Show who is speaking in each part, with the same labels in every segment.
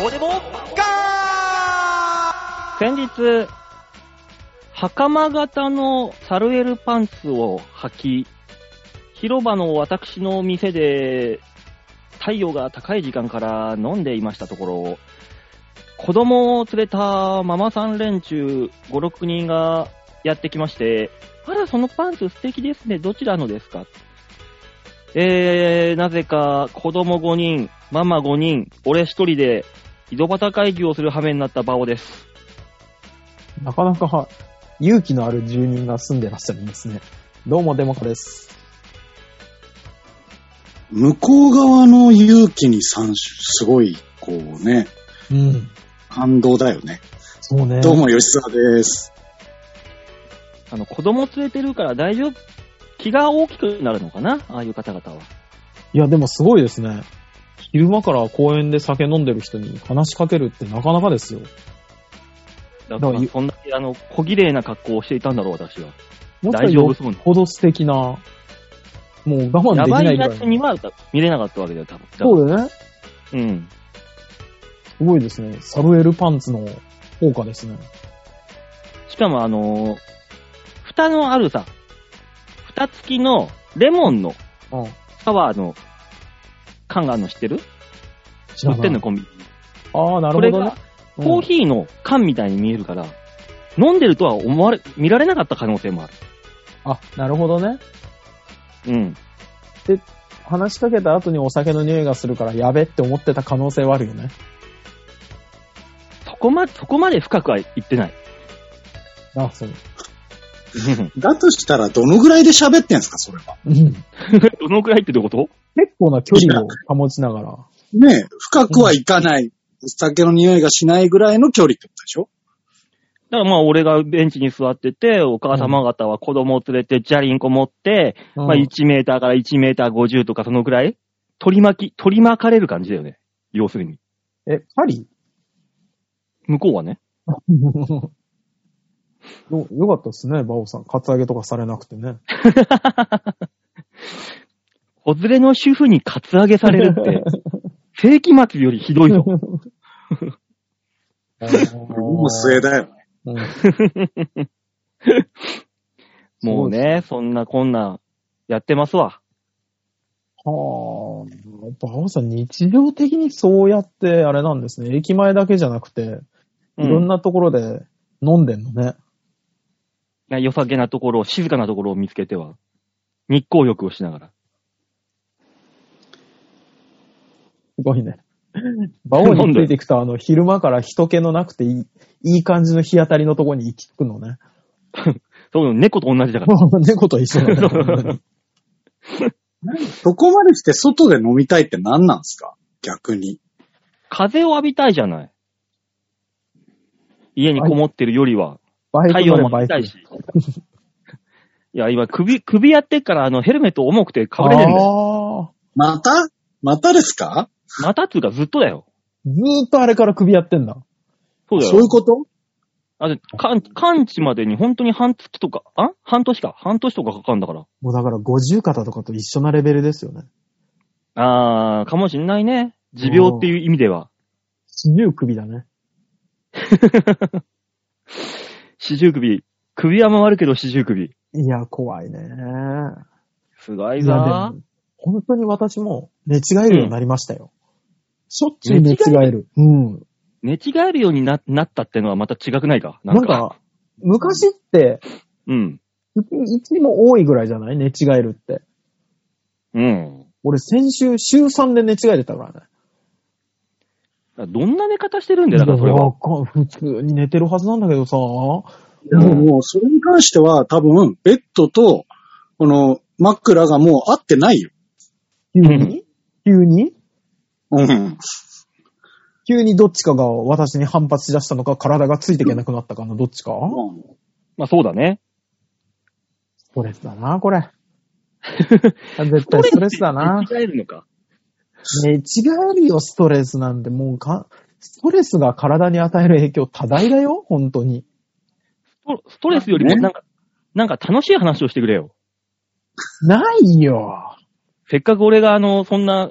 Speaker 1: どうでもガ
Speaker 2: 先日、袴型のサルエルパンツを履き、広場の私の店で、太陽が高い時間から飲んでいましたところ、子供を連れたママさん連中5、6人がやってきまして、あら、そのパンツ素敵ですね。どちらのですかえー、なぜか子供5人、ママ5人、俺1人で、井戸端会議をする羽目になった場をです。
Speaker 3: なかなかは勇気のある住人が住んでらっしゃるんですね。どうも、デモカです。
Speaker 4: 向こう側の勇気に参種、すごい、こうね、
Speaker 3: うん。
Speaker 4: 感動だよね。
Speaker 3: そうね。
Speaker 4: どうも、吉沢です。
Speaker 2: あの、子供連れてるから大丈夫。気が大きくなるのかなああいう方々は。
Speaker 3: いや、でもすごいですね。昼間から公園で酒飲んでる人に話しかけるってなかなかですよ。
Speaker 2: だ
Speaker 3: ど
Speaker 2: か
Speaker 3: う
Speaker 2: ら、
Speaker 3: いう
Speaker 2: そんな、あの、小綺麗な格好をしていたんだろう、私は。
Speaker 3: もしか
Speaker 2: 大
Speaker 3: し
Speaker 2: 丈夫
Speaker 3: よ
Speaker 2: そうに。
Speaker 3: ほど素敵な、もう我慢
Speaker 2: や
Speaker 3: できな
Speaker 2: ば
Speaker 3: い
Speaker 2: い
Speaker 3: ぐら
Speaker 2: や
Speaker 3: い
Speaker 2: つには見れなかったわけだよ、多分。
Speaker 3: そうだね。
Speaker 2: うん。
Speaker 3: すごいですね。サルエルパンツの効果ですね。
Speaker 2: しかも、あのー蓋のあるさ、蓋付きのレモンの
Speaker 3: うん。
Speaker 2: サワーの缶があるの知ってる
Speaker 3: 知
Speaker 2: 売
Speaker 3: ら
Speaker 2: ってん
Speaker 3: な
Speaker 2: の、
Speaker 3: い。
Speaker 2: コンビニ。
Speaker 3: ああ、な
Speaker 2: こ
Speaker 3: る
Speaker 2: れ
Speaker 3: ほどね
Speaker 2: が。、コーヒーの缶みたいに見えるから、飲んでるとは思われ、見られなかった可能性もある。
Speaker 3: うんあ、なるほどね。
Speaker 2: うん。
Speaker 3: 話しかけた後にお酒の匂いがするからやべって思ってた可能性はあるよね。
Speaker 2: そこま、そこまで深くは言って ない。
Speaker 3: あ、そう。
Speaker 4: だとしたら、どのぐらいで喋ってんすか、それは。
Speaker 3: うん。
Speaker 2: どのくらいってどういうこと
Speaker 3: 結構な距離を保ちながら。
Speaker 4: ねえ、深くはいかない。お酒の匂いがしないぐらいの距離ってことでしょ
Speaker 2: だからまあ俺がベンチに座ってて、お母様方は子供を連れて、ジャリンコ持って、
Speaker 3: うん
Speaker 2: まあ1メーターから1メーター50とかそのくらい取り巻き、取り巻かれる感じだよね。要するに。
Speaker 3: え、パリ
Speaker 2: 向こうはね。
Speaker 3: よ、よかったですね、バオさん。カツアゲとかされなくてね。
Speaker 2: 子連れの主婦にカツアゲされる って、世紀末よりひどいぞ。
Speaker 4: もう末だよね。
Speaker 3: うん
Speaker 2: もう。ね、そんなこんな、やってますわ。
Speaker 3: はあ、バオさん、日常的にそうやって、あれなんですね。駅前だけじゃなくて、
Speaker 2: うん
Speaker 3: いろんなところで飲んでんのね。
Speaker 2: な良さげなところを、静かなところを見つけては、日光浴をしながら。
Speaker 3: すごい ね。バオについていくと、あの、昼間から人気のなくていい、いい感じの日当たりのとこに行き着くのね。
Speaker 2: そう、猫と同じだから。
Speaker 3: 猫と一緒だね本当に。
Speaker 4: そこまでして外で飲みたいって何なんすか逆に。
Speaker 2: 風を浴びたいじゃない。家にこもってるよりは、
Speaker 3: バイ
Speaker 2: 太
Speaker 3: ク
Speaker 2: 陽
Speaker 3: 乗れ
Speaker 2: も
Speaker 3: バ
Speaker 2: 浴
Speaker 3: イ
Speaker 2: びたい
Speaker 3: ク。
Speaker 2: し。いや、今、首、首やってっから、あの、ヘルメット重くてかぶれねえんだよ。
Speaker 3: ああ。
Speaker 4: またまたですか
Speaker 2: またっつうかずっとだよ。
Speaker 3: ずーっとあれから首やってんだ。
Speaker 2: そうだ
Speaker 4: そうい
Speaker 2: よ
Speaker 4: う。こと
Speaker 2: あで、かん、完治までに本当に半月とか、あ半年か。半年とかかかるんだから。
Speaker 3: もうだから五十肩とかと一緒なレベルですよね。
Speaker 2: あー、かもしんないね。持病っていう意味では。
Speaker 3: 四十首だね。
Speaker 2: 四十首。首は回るけど四十首。
Speaker 3: いや、怖いね。
Speaker 2: すごい
Speaker 3: いや、で
Speaker 2: ぞ
Speaker 3: も。、本当に私も寝違えるようになりましたよ。しょっちゅう寝違える。うん。
Speaker 2: 寝違えるようにななったってのはまた違くないかな
Speaker 3: なんん
Speaker 2: か。
Speaker 3: か、昔って、
Speaker 2: うん。
Speaker 3: いいつにも多いぐらいじゃない寝違えるって。
Speaker 2: うん。
Speaker 3: 俺先週、週3で寝違えてたからね。
Speaker 2: だからどんな寝方してるんだよ、だからそれ
Speaker 3: いや
Speaker 2: は
Speaker 3: わ。かん普通に寝てるはずなんだけどさ。
Speaker 4: いやもう、もうそれに関しては多分、ベッドと、この、枕がもう合ってないよ。
Speaker 3: 急に急に
Speaker 4: うん。
Speaker 3: 急にどっちかが私に反発しだしたのか、体がついていけなくなったかのどっちか
Speaker 2: まあそうだね。
Speaker 3: ストレスだな、こ れ。あ絶対ストレスだな。
Speaker 2: 寝違えるのか。
Speaker 3: ね、違うよ、ストレスなんて。もうか、ストレスが体に与える影響多大だよ、本当に。
Speaker 2: ストストレスよりもなんか、なんか楽しい話をしてくれよ。
Speaker 3: ないよ。
Speaker 2: せっかく俺があの、そんな、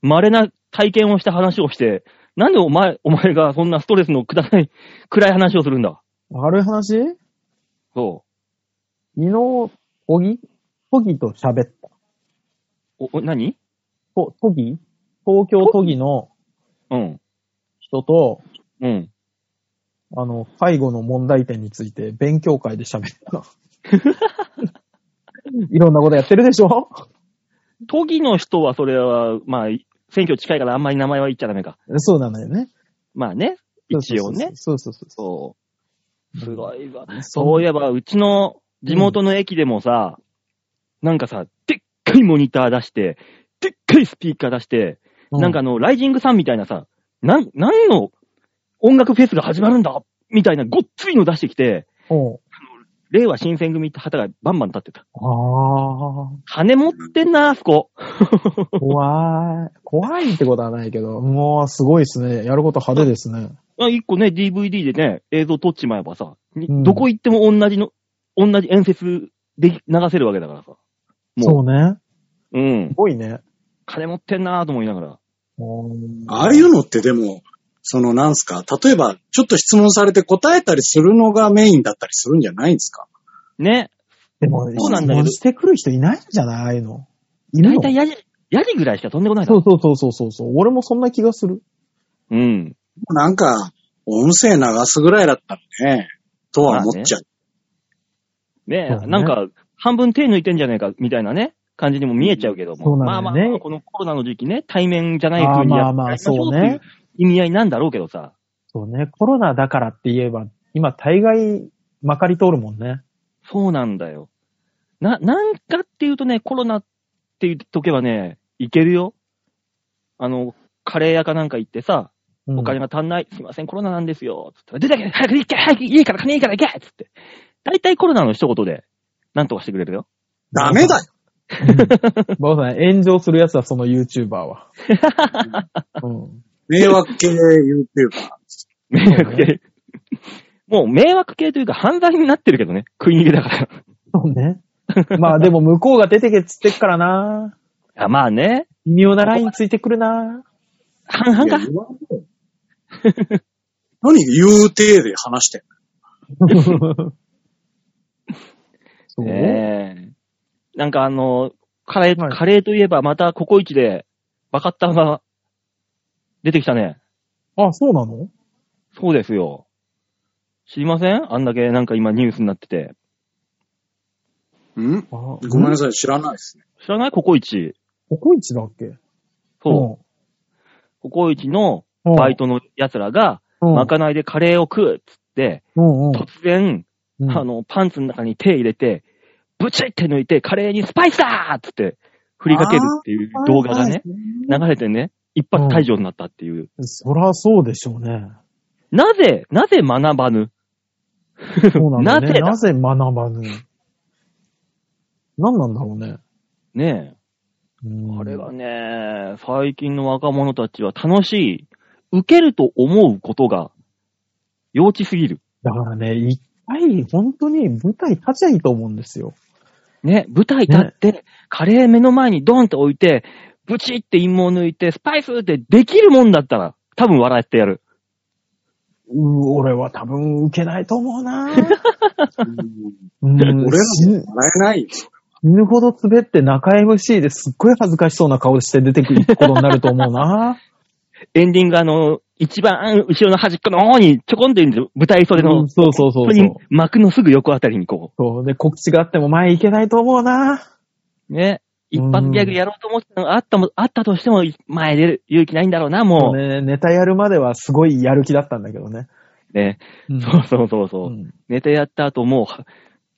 Speaker 2: 稀な体験をした話をして、なんでお前、お前がそんなストレスのくだらない、暗い話をするんだ。
Speaker 3: 悪い話昨
Speaker 2: そ
Speaker 3: 日、おぎトギと喋った。
Speaker 2: う。お、お何
Speaker 3: と、トギ東京都議の
Speaker 2: うん。
Speaker 3: 人と、
Speaker 2: うん。
Speaker 3: あの、介護の問題点について勉強会で喋った。 いろんなことやってるでしょ
Speaker 2: 都議の人はそれは、まあ、選挙近いからあんまり名前は言っちゃダメか。
Speaker 3: そうなのよね。
Speaker 2: まあね。一応ね。
Speaker 3: そうそうそうそ
Speaker 2: そう。すごいわ。
Speaker 3: う。
Speaker 2: そうい
Speaker 3: や。
Speaker 2: えば、うちの地元の駅でもさ、なんかさ、でっかいモニター出して、でっかいスピーカー出して、
Speaker 3: う
Speaker 2: なんかあ、の、ライジングさんみたいなさ、なん、何の音楽フェスが始まるんだみたいなごっついの出してきて、
Speaker 3: おう
Speaker 2: 令和新選組って旗がバンバン立ってた。
Speaker 3: あ
Speaker 2: 羽持ってんな、あそこ。
Speaker 3: あ、怖い。 怖いってことはないけど、もうすごいですね。やること派手ですね。
Speaker 2: あ一個ね、DVD でね、映像撮っちまえばさ、に
Speaker 3: うん
Speaker 2: どこ行っても同じの、同じ演説で流せるわけだからさ。
Speaker 3: そ
Speaker 2: も
Speaker 3: うね。
Speaker 2: う、うん
Speaker 3: す。ごいね。
Speaker 2: 金持ってんなぁと思いながら。
Speaker 3: うん
Speaker 4: ああいうのってでも、そのなんすか、例えばちょっと質問されて答えたりするのがメインだったりするんじゃないんですか
Speaker 2: ね。
Speaker 3: でも、
Speaker 2: そうなんだ
Speaker 3: 質
Speaker 2: けど
Speaker 3: 問してくる人いないんじゃないああいうの。いる
Speaker 2: だい
Speaker 3: の
Speaker 2: たいヤジ、ヤジぐらいしか飛んでこないだ
Speaker 3: そ
Speaker 2: ろ
Speaker 3: うそうそうそうそうそう。俺もそんな気がする。
Speaker 2: うん。
Speaker 4: なんか、音声流すぐらいだったらね、とは思っちゃう。
Speaker 2: ね
Speaker 3: そうね
Speaker 2: なんか、半分手抜いてんじゃねえか、みたいなね、感じにも見えちゃうけども。
Speaker 3: そう
Speaker 2: ま
Speaker 3: な
Speaker 2: あ
Speaker 3: んだ
Speaker 2: ま
Speaker 3: よ
Speaker 2: あ
Speaker 3: ね
Speaker 2: まあ、このコロナの時期ね、対面じゃない風にや
Speaker 3: あーまあまあ
Speaker 2: やりましょってい
Speaker 3: そうね
Speaker 2: 意味合いなんだろうけどさ。
Speaker 3: そうね。コロナだからって言えば、今大概まかり通るもんね。
Speaker 2: そうなんだよ。な、なんかっていうとね、コロナって言っとけばね、いけるよ。あの、カレー屋かなんか行ってさ、
Speaker 3: うん
Speaker 2: お金が足んない、すいません、コロナなんですよ。つったら、出てけ早く行け早く家から金いいから行けつって。大体コロナの一言で、なんとかしてくれるよ。
Speaker 4: ダメ だよ
Speaker 3: うんバオさん、炎上するやつはその YouTuber は。うん
Speaker 4: 迷惑系 YouTuber。
Speaker 2: 迷惑系。もう迷惑系というか犯罪になってるけどね。食い逃げだか
Speaker 3: そうね。まあでも向こうが出てけっつってっからな。
Speaker 2: ら。あまあね。
Speaker 3: 微妙なラインついてくるな。
Speaker 2: 半々
Speaker 4: いや
Speaker 2: か。
Speaker 4: 言わんよ何言うてで話してん
Speaker 3: そう、
Speaker 2: ねえなんかあの、カレー、
Speaker 3: はい
Speaker 2: カレーといえばまたココイチで、バカッタが出てきたね。
Speaker 3: あ、そうなの
Speaker 2: そうですよ。知りませんあんだけなんか今ニュースになってて。
Speaker 4: のん
Speaker 3: あ
Speaker 4: ごめんな
Speaker 3: さい。
Speaker 4: さい、知らないです ね。
Speaker 2: 知らないココイチ。
Speaker 3: ココイチだっけ
Speaker 2: そう。ココイチの
Speaker 3: うん。うん
Speaker 2: バイトの奴らが、
Speaker 3: うん
Speaker 2: まかないでカレーを食うっつって、
Speaker 3: うんうん
Speaker 2: 突然、
Speaker 3: うん。
Speaker 2: あの、パンツの中に手入れて、ブチって抜いて、カレーにスパイスだーっつって、振りかけるっていう動画がね、流れてね、一発退場になったっていう。
Speaker 3: そらそうでしょうね。
Speaker 2: なぜ、なぜ学ばぬ
Speaker 3: そうな
Speaker 2: な
Speaker 3: んだ、ね。な
Speaker 2: ぜ
Speaker 3: ぜ
Speaker 2: だ
Speaker 3: なぜ学ばぬ何なんだろうね。
Speaker 2: ね
Speaker 3: うん
Speaker 2: え。あれがね、最近の若者たちは楽しい、受けると思うことが、幼稚すぎる。
Speaker 3: だからね、一回、本当に舞台立ちゃいいと思うんですよ。
Speaker 2: ね、舞台立って、カレー目の前にドンって置いて、ブチって陰謀抜いて、スパイスってできるもんだったら、多分笑ってやる。
Speaker 3: うー俺は多分受けないと思うな
Speaker 4: うん
Speaker 3: うん
Speaker 4: 俺ら
Speaker 3: 死
Speaker 4: も
Speaker 3: ぬ
Speaker 4: 笑えないよ。
Speaker 3: 死ぬほど滑って中 MC ですっごい恥ずかしそうな顔して出てくることになると思う な
Speaker 2: エンディングあの、一番後ろの端っこの方にちょこんといるんですよ。舞台袖の、
Speaker 3: うんそうそうそう
Speaker 2: 本当
Speaker 3: そ
Speaker 2: に
Speaker 3: う。
Speaker 2: 幕のすぐ横あたりにこ
Speaker 3: そうで、告知があっても前行けないと思うな
Speaker 2: う、ね。一
Speaker 3: うん
Speaker 2: 発ギャグやろうと思ってたのがあったも、あったとしても、前出る勇気ないんだろうな、も
Speaker 3: もうね、ネタやるまではすごいやる気だったんだけどね。
Speaker 2: う。ね。
Speaker 3: うん
Speaker 2: そうそうそうそうう、
Speaker 3: ん
Speaker 2: ネタやった後もうは、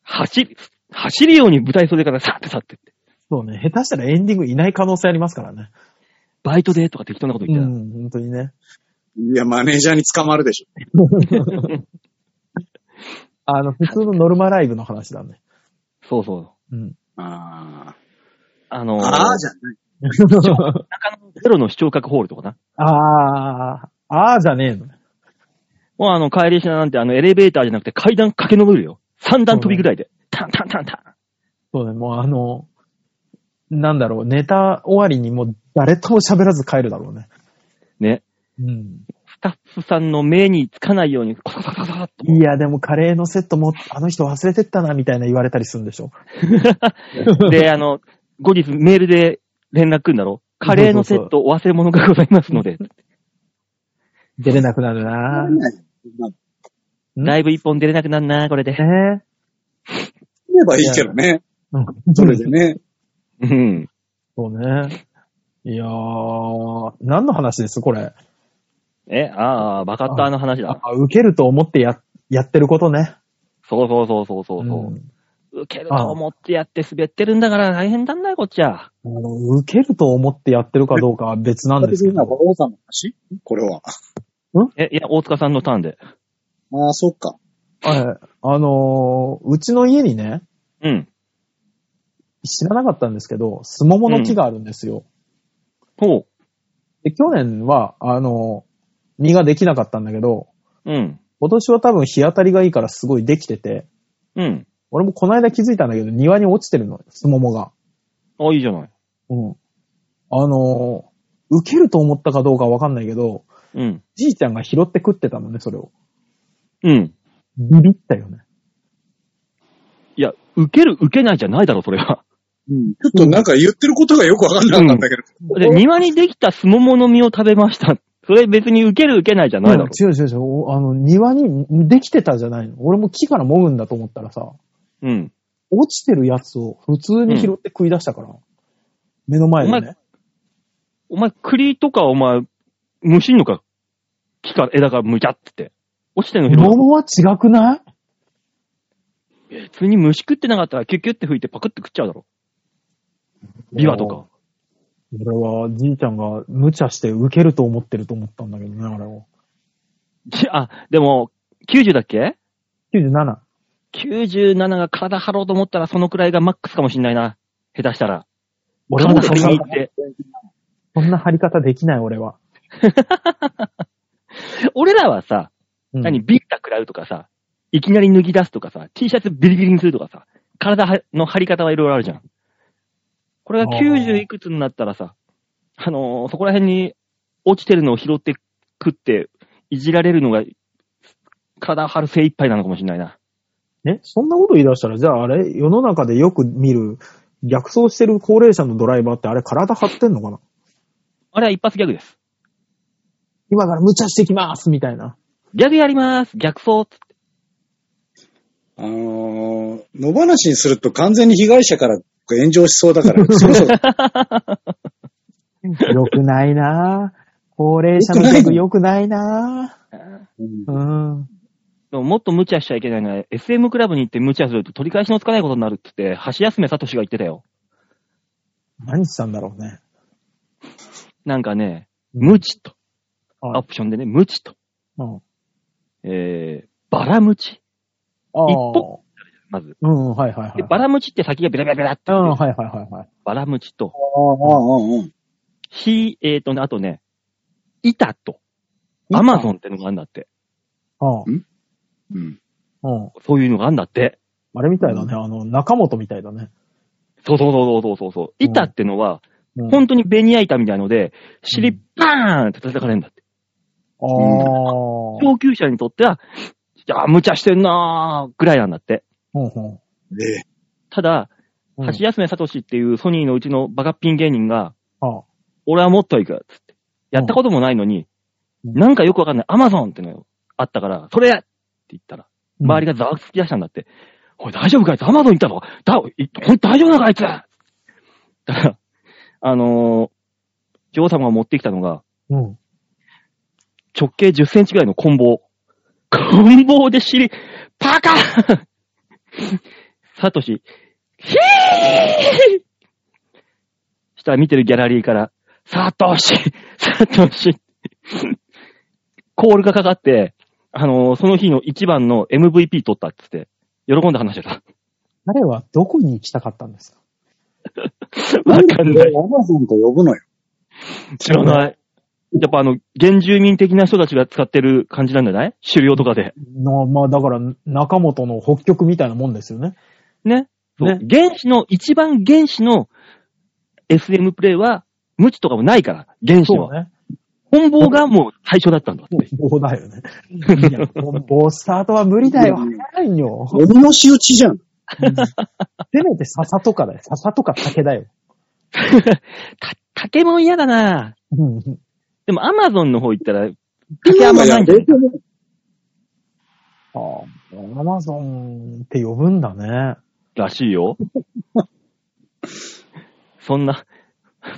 Speaker 2: 走り、走るように舞台袖からさって去ってって。
Speaker 3: そうね、下手したらエンディングいない可能性ありますからね。
Speaker 2: バイトでとか適当なこと
Speaker 3: う
Speaker 2: 言ってた。
Speaker 3: ん、本当にね。
Speaker 4: いや、マネージャーに捕まるでしょ。
Speaker 3: あの、普通のノルマライブの話だね。
Speaker 2: そうそう。
Speaker 3: うん。
Speaker 4: あ
Speaker 2: あ
Speaker 4: あ。
Speaker 2: のー、
Speaker 4: ああじゃない。
Speaker 2: 中野ゼロの視聴覚ホールとかな。
Speaker 3: あー、あーじゃねえの。
Speaker 2: もうあの、帰りしななんてあの、エレベーターじゃなくて階段駆け上るよ。三段飛びぐらいで。タンタンタンタン。
Speaker 3: そうね、もうあの、なんだろう、ネタ終わりにもう誰とも喋らず帰るだろうね。
Speaker 2: ね。
Speaker 3: うん。
Speaker 2: スタッフさんの目につかないよう に、コサコサコサコサっと。
Speaker 3: いや、でもカレーのセットも、あの人忘れてったな、みたいな言われたりするんで しょ。
Speaker 2: で、あの、後日メールで連絡来るんだろカレーのセットお忘れ物がございますので、
Speaker 3: 出れなくなるな
Speaker 4: ねまあ
Speaker 3: うん
Speaker 2: ライブ一本出れなくなんな、これで。
Speaker 3: ね
Speaker 4: 見ればいいけどね。
Speaker 3: うん
Speaker 4: それでね。
Speaker 2: うん。
Speaker 3: そうね。いやー、何の話ですこれ。
Speaker 2: え、ああ、バカッターの話だ。
Speaker 3: あ、受けると思ってや、やってることね。
Speaker 2: そうそうそうそうそうそう。
Speaker 3: ん
Speaker 2: 受けると思ってやって滑ってるんだから大変だんだよ、こっちは。
Speaker 3: あの受けると思ってやってるかどうかは別なんですけ
Speaker 4: 今、
Speaker 3: ど。
Speaker 4: 馬王さんの話これは。
Speaker 2: え、いや、大塚さんのターンで。
Speaker 4: ああ、そっか。
Speaker 3: はい。あのーうちの家にね、
Speaker 2: うん。
Speaker 3: 知らなかったんですけど、スモモの木があるんですよ。
Speaker 2: ほう。
Speaker 3: で、去年は、あのー実ができなかったんだけど、
Speaker 2: うん。
Speaker 3: 今年は多分日当たりがいいからすごいできてて、
Speaker 2: うん。
Speaker 3: 俺もこの間気づいたんだけど、庭に落ちてるの、スモモが。
Speaker 2: あ、いいじゃない。
Speaker 3: うん。あのー受けると思ったかどうかわかんないけど、
Speaker 2: うん。
Speaker 3: じいちゃんが拾って食ってたのね、それを。
Speaker 2: うん。
Speaker 3: ビビったよね。
Speaker 2: いや、受ける、受けないじゃないだろ、それは。
Speaker 4: うん。ちょっとなんか言ってることがよくわかんなかったんだけど。
Speaker 2: で、庭にできたスモモの実を食べました。 それ別に受ける、受けないじゃないだろ。
Speaker 3: 違う違う違う。おあの、庭にできてたじゃないの。俺も木からもぐんだと思ったらさ、
Speaker 2: うん。
Speaker 3: 落ちてるやつを普通に拾って食い出したから。目の前で
Speaker 2: お
Speaker 3: ね
Speaker 2: 前。お前、栗とかお前、むしんのか木から枝からむちゃってて。落ちてんの拾う
Speaker 3: 桃は違くない
Speaker 2: 別に虫食ってなかったらキュッキュッって吹いてパクって食っちゃうだろ。ビワとか。
Speaker 3: 俺は、じいちゃんが無茶して受けると思ってると思ったんだけどね、あれを。
Speaker 2: じゃあ、でも、90だっけ
Speaker 3: 97。
Speaker 2: ?97 が体張ろうと思ったらそのくらいがマックスかもしんないな。下手したら。
Speaker 3: 俺
Speaker 2: 体
Speaker 3: も
Speaker 2: 張
Speaker 3: そ
Speaker 2: り
Speaker 3: んな
Speaker 2: に行って。
Speaker 3: そんな張り方できない、俺は。
Speaker 2: 俺らはさ、
Speaker 3: うん
Speaker 2: 何、ビンタ食らうとかさ、いきなり脱ぎ出すとかさ、T シャツビリビリにするとかさ、体はの張り方はいろいろあるじゃん。これが90いくつになったらさ、あのーそこら辺に落ちてるのを拾って食って、いじられるのが、体張る精一杯なのかもしんないな。
Speaker 3: えそんなこと言い出したら、じゃああれ、世の中でよく見る、逆走してる高齢者のドライバーってあれ体張ってんのかな
Speaker 2: あれは一発ギャグです。
Speaker 3: 今から無茶してきますみたいな。
Speaker 2: ギャグやります逆走っつって
Speaker 4: あのー野放しにすると完全に被害者から炎上しそうだ から、そろそろ
Speaker 3: よくないなぁ。高齢者のギャグよくないなぁ。うん。
Speaker 2: でももっと無茶しちゃいけないのは、SM クラブに行って無茶すると取り返しのつかないことになるって言って、橋休めさとしが言ってたよ。
Speaker 3: 何してたんだろうね。
Speaker 2: なんかね、無知と。
Speaker 3: あ
Speaker 2: オプションでね、無知と。
Speaker 3: うん。
Speaker 2: えー、バラムチ
Speaker 3: ああ
Speaker 2: 一歩まず。
Speaker 3: うん、はいはいはい。
Speaker 2: で、バラムチって先がベラベラベラって
Speaker 3: う。ん、はいはいはいはい。
Speaker 2: バラムチと、
Speaker 4: ああ、ああ、ああ。
Speaker 2: ひ、えーとね、あとね、板と、アマゾンってのがあるんだって。
Speaker 3: うん。
Speaker 4: うん。
Speaker 3: うん。
Speaker 2: そういうのがあるんだって。
Speaker 3: あれみたいだね。あの、中本みたいだね。
Speaker 2: そうそうそうそうそうそう。板ってのは、
Speaker 3: うん
Speaker 2: 本当にベニヤ板みたいので、尻バーンって叩かれるんだって。
Speaker 3: あー
Speaker 2: 上級者にとっては、いやー、無茶してんなー、ぐらいなんだって。
Speaker 3: うんうん
Speaker 4: ええ。
Speaker 2: ただ、
Speaker 3: うん
Speaker 2: 橋休めさとしっていうソニーのうちのバカッピン芸人が、
Speaker 3: あ
Speaker 2: 俺はもっと行く、つって。やったこともないのに、
Speaker 3: うん
Speaker 2: なんかよくわかんない、アマゾンってのがあったから、それやって言ったら、周りがざわつき出したんだって。おい、大丈夫かあいつアマゾン行ったのだ、いほんと大丈夫なのかあいつだから、あのー、女王様が持ってきたのが、
Speaker 3: うん。
Speaker 2: 直径10センチぐらいの棍棒。棍棒で尻、パカーンサトシ、ヒーしたら見てるギャラリーから、サトシサトシコールがかかって、あのーその日の一番の MVP 取ったっつって、喜んで話してた。
Speaker 3: 彼はどこに行きたかったんですか
Speaker 2: わかんない。
Speaker 4: アマゾンと呼ぶのよ。
Speaker 2: 知らない。やっぱあの、原住民的な人たちが使ってる感じなんじゃない狩猟とかで。
Speaker 3: なまあ、だから、中本の北極みたいなもんですよね。
Speaker 2: ね。
Speaker 3: ね
Speaker 2: 原始の、一番原始の SM プレイは、無知とかもないから、原始は。
Speaker 3: ね。
Speaker 2: 本棒がもう最初だったんだって。
Speaker 3: 棒だよね。いや、棒スタートは無理だよ。早いよ。
Speaker 4: 鬼の仕打ちじゃん。
Speaker 3: せめて笹とかだよ。笹とか竹だよ。
Speaker 2: た竹も嫌だな
Speaker 3: うん
Speaker 2: でもアマゾンの方行ったら、竹あんまないんだよ。
Speaker 3: ああ、アマゾンって呼ぶんだね。
Speaker 2: らしい よ。そんな、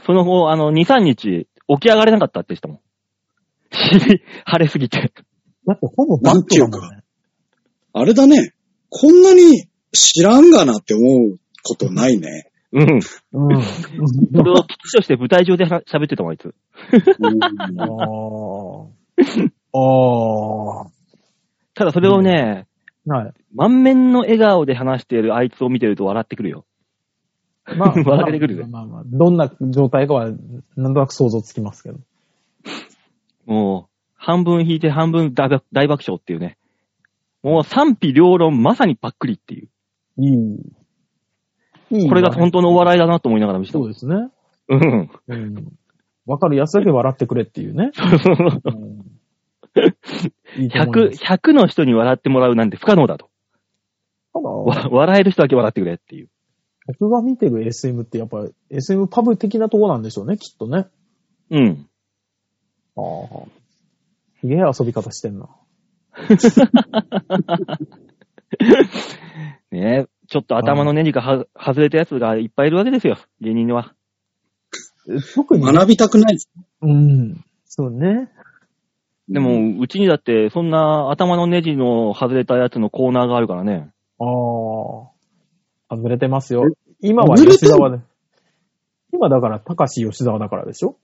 Speaker 2: その後、あの、2、3日、起き上がれなかったって人も。尻、晴れすぎて。
Speaker 3: だってほぼバットだもんね。
Speaker 4: あれだね。こんなに知らんがなって思うことないね。
Speaker 2: うん。
Speaker 3: うん。
Speaker 2: それを基地として舞台上では喋ってたもん、あいつ。
Speaker 4: うん
Speaker 3: ああ。ああ。
Speaker 2: ただそれをね、
Speaker 3: はい。
Speaker 2: 満面の笑顔で話しているあいつを見てると笑ってくるよ。
Speaker 3: ま
Speaker 2: 笑けてくるぜ
Speaker 3: まあまあまあ、どんな状態かは、なんとなく想像つきますけど。
Speaker 2: もう、半分引いて半分大爆大爆笑っていうね。もう賛否両論まさにパックリっていう。
Speaker 3: いい。いい。
Speaker 2: これが本当のお笑いだなと思いながら見てた。
Speaker 3: そううですね。
Speaker 2: ん。
Speaker 3: うん。わかるやつだけ笑ってくれっていうね。うん いいと思
Speaker 2: 100、
Speaker 3: います
Speaker 2: 100の人に笑ってもらうなんて不可能だと。
Speaker 3: ただ
Speaker 2: わ笑える人だけ笑ってくれっていう。
Speaker 3: 僕が見てる SM ってやっぱ SM パブ的なとこなんでしょうね、きっとね。
Speaker 2: うん。
Speaker 3: ああ。すげえ遊び方してんな。
Speaker 2: ねえ、ちょっと頭のネジがは外れたやつがいっぱいいるわけですよ。芸人には。
Speaker 3: 特に。
Speaker 4: 学びたくないです。
Speaker 3: うん。そうね。
Speaker 2: でも、うちにだって、そんな頭のネジの外れたやつのコーナーがあるからね。
Speaker 3: ああ。外れてますよ。今は吉沢で。今だから、高橋吉沢だからでしょ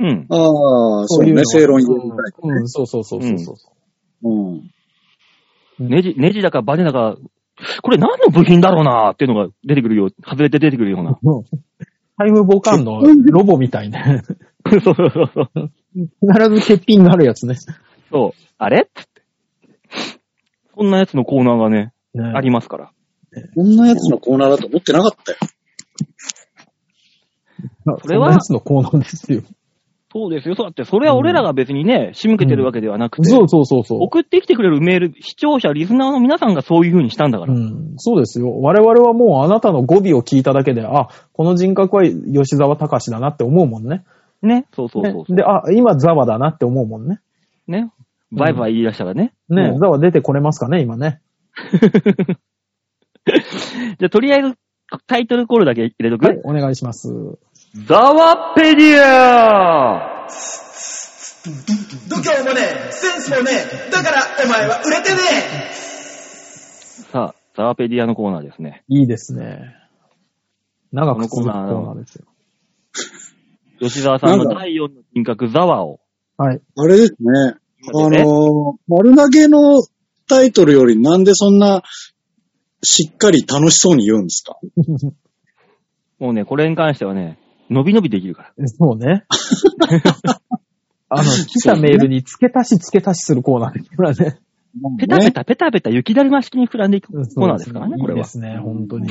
Speaker 2: うん。
Speaker 4: ああ、そう
Speaker 3: い
Speaker 4: ね、
Speaker 3: の
Speaker 4: 正論言いたい。
Speaker 3: うん、そうそうそうそうそう。
Speaker 4: うん。
Speaker 2: ネジ、ネジだかバネだか、これ何の部品だろうなーっていうのが出てくるよ。外れて出てくるような。
Speaker 3: うんタイムボカンのロボみたいね。
Speaker 2: そうそうそうそう。
Speaker 3: 必ず欠品があるやつね。
Speaker 2: そう。あれっつって。そんなやつのコーナーがね、
Speaker 3: ね
Speaker 2: ありますから。
Speaker 4: こんなやつのコーナーだと思ってなかったよ。
Speaker 3: そ
Speaker 2: れは
Speaker 3: んなやつのコーナーですよ。
Speaker 2: そうですよ。そうだって、それは俺らが別にね、仕向けてるわけではなくて、
Speaker 3: そうそうそうそう。
Speaker 2: 送ってきてくれるメール、視聴者、リスナーの皆さんがそういう風にしたんだから。
Speaker 3: うん、そうですよ。我々はもうあなたの語尾を聞いただけで、あ、この人格は吉沢隆だなって思うもんね。
Speaker 2: ね。そうそうそうそう。
Speaker 3: で、あ、今ザワだなって思うもんね。
Speaker 2: ね。バイバイ言い出したらね。
Speaker 3: ね、
Speaker 2: も う
Speaker 3: ザワ出てこれますかね、今ね。
Speaker 2: じゃあ、とりあえず、タイトルコールだけ入れとく。
Speaker 3: はい、お願いします。
Speaker 2: ザワペディア
Speaker 1: 度胸もねえセンスもねえだからお前は売れてねえ
Speaker 2: さあ、ザワペディアのコーナーですね。
Speaker 3: いいですね。長く続く
Speaker 2: こ
Speaker 3: コ
Speaker 2: のコーナー
Speaker 3: ーナーですよ。
Speaker 2: 吉沢さんの
Speaker 4: なんだ
Speaker 2: 第4の人格、ザワを。
Speaker 3: はい。
Speaker 4: あれですね。あ
Speaker 2: そうですね
Speaker 4: のー、丸投げのタイトルよりなんでそんなしっかり楽しそうに言うんですか
Speaker 2: もうね、これに関してはね、伸び伸びできるから。
Speaker 3: そ うね。あの、来たメールに付け足し付け足しするコーナーですからね。
Speaker 2: ペタペ
Speaker 4: ね
Speaker 2: タペタペタ雪だるま式に膨らんでいくコ
Speaker 3: そう
Speaker 2: ーナーですからね、これ
Speaker 3: いい
Speaker 2: は
Speaker 3: で。すね、本当に。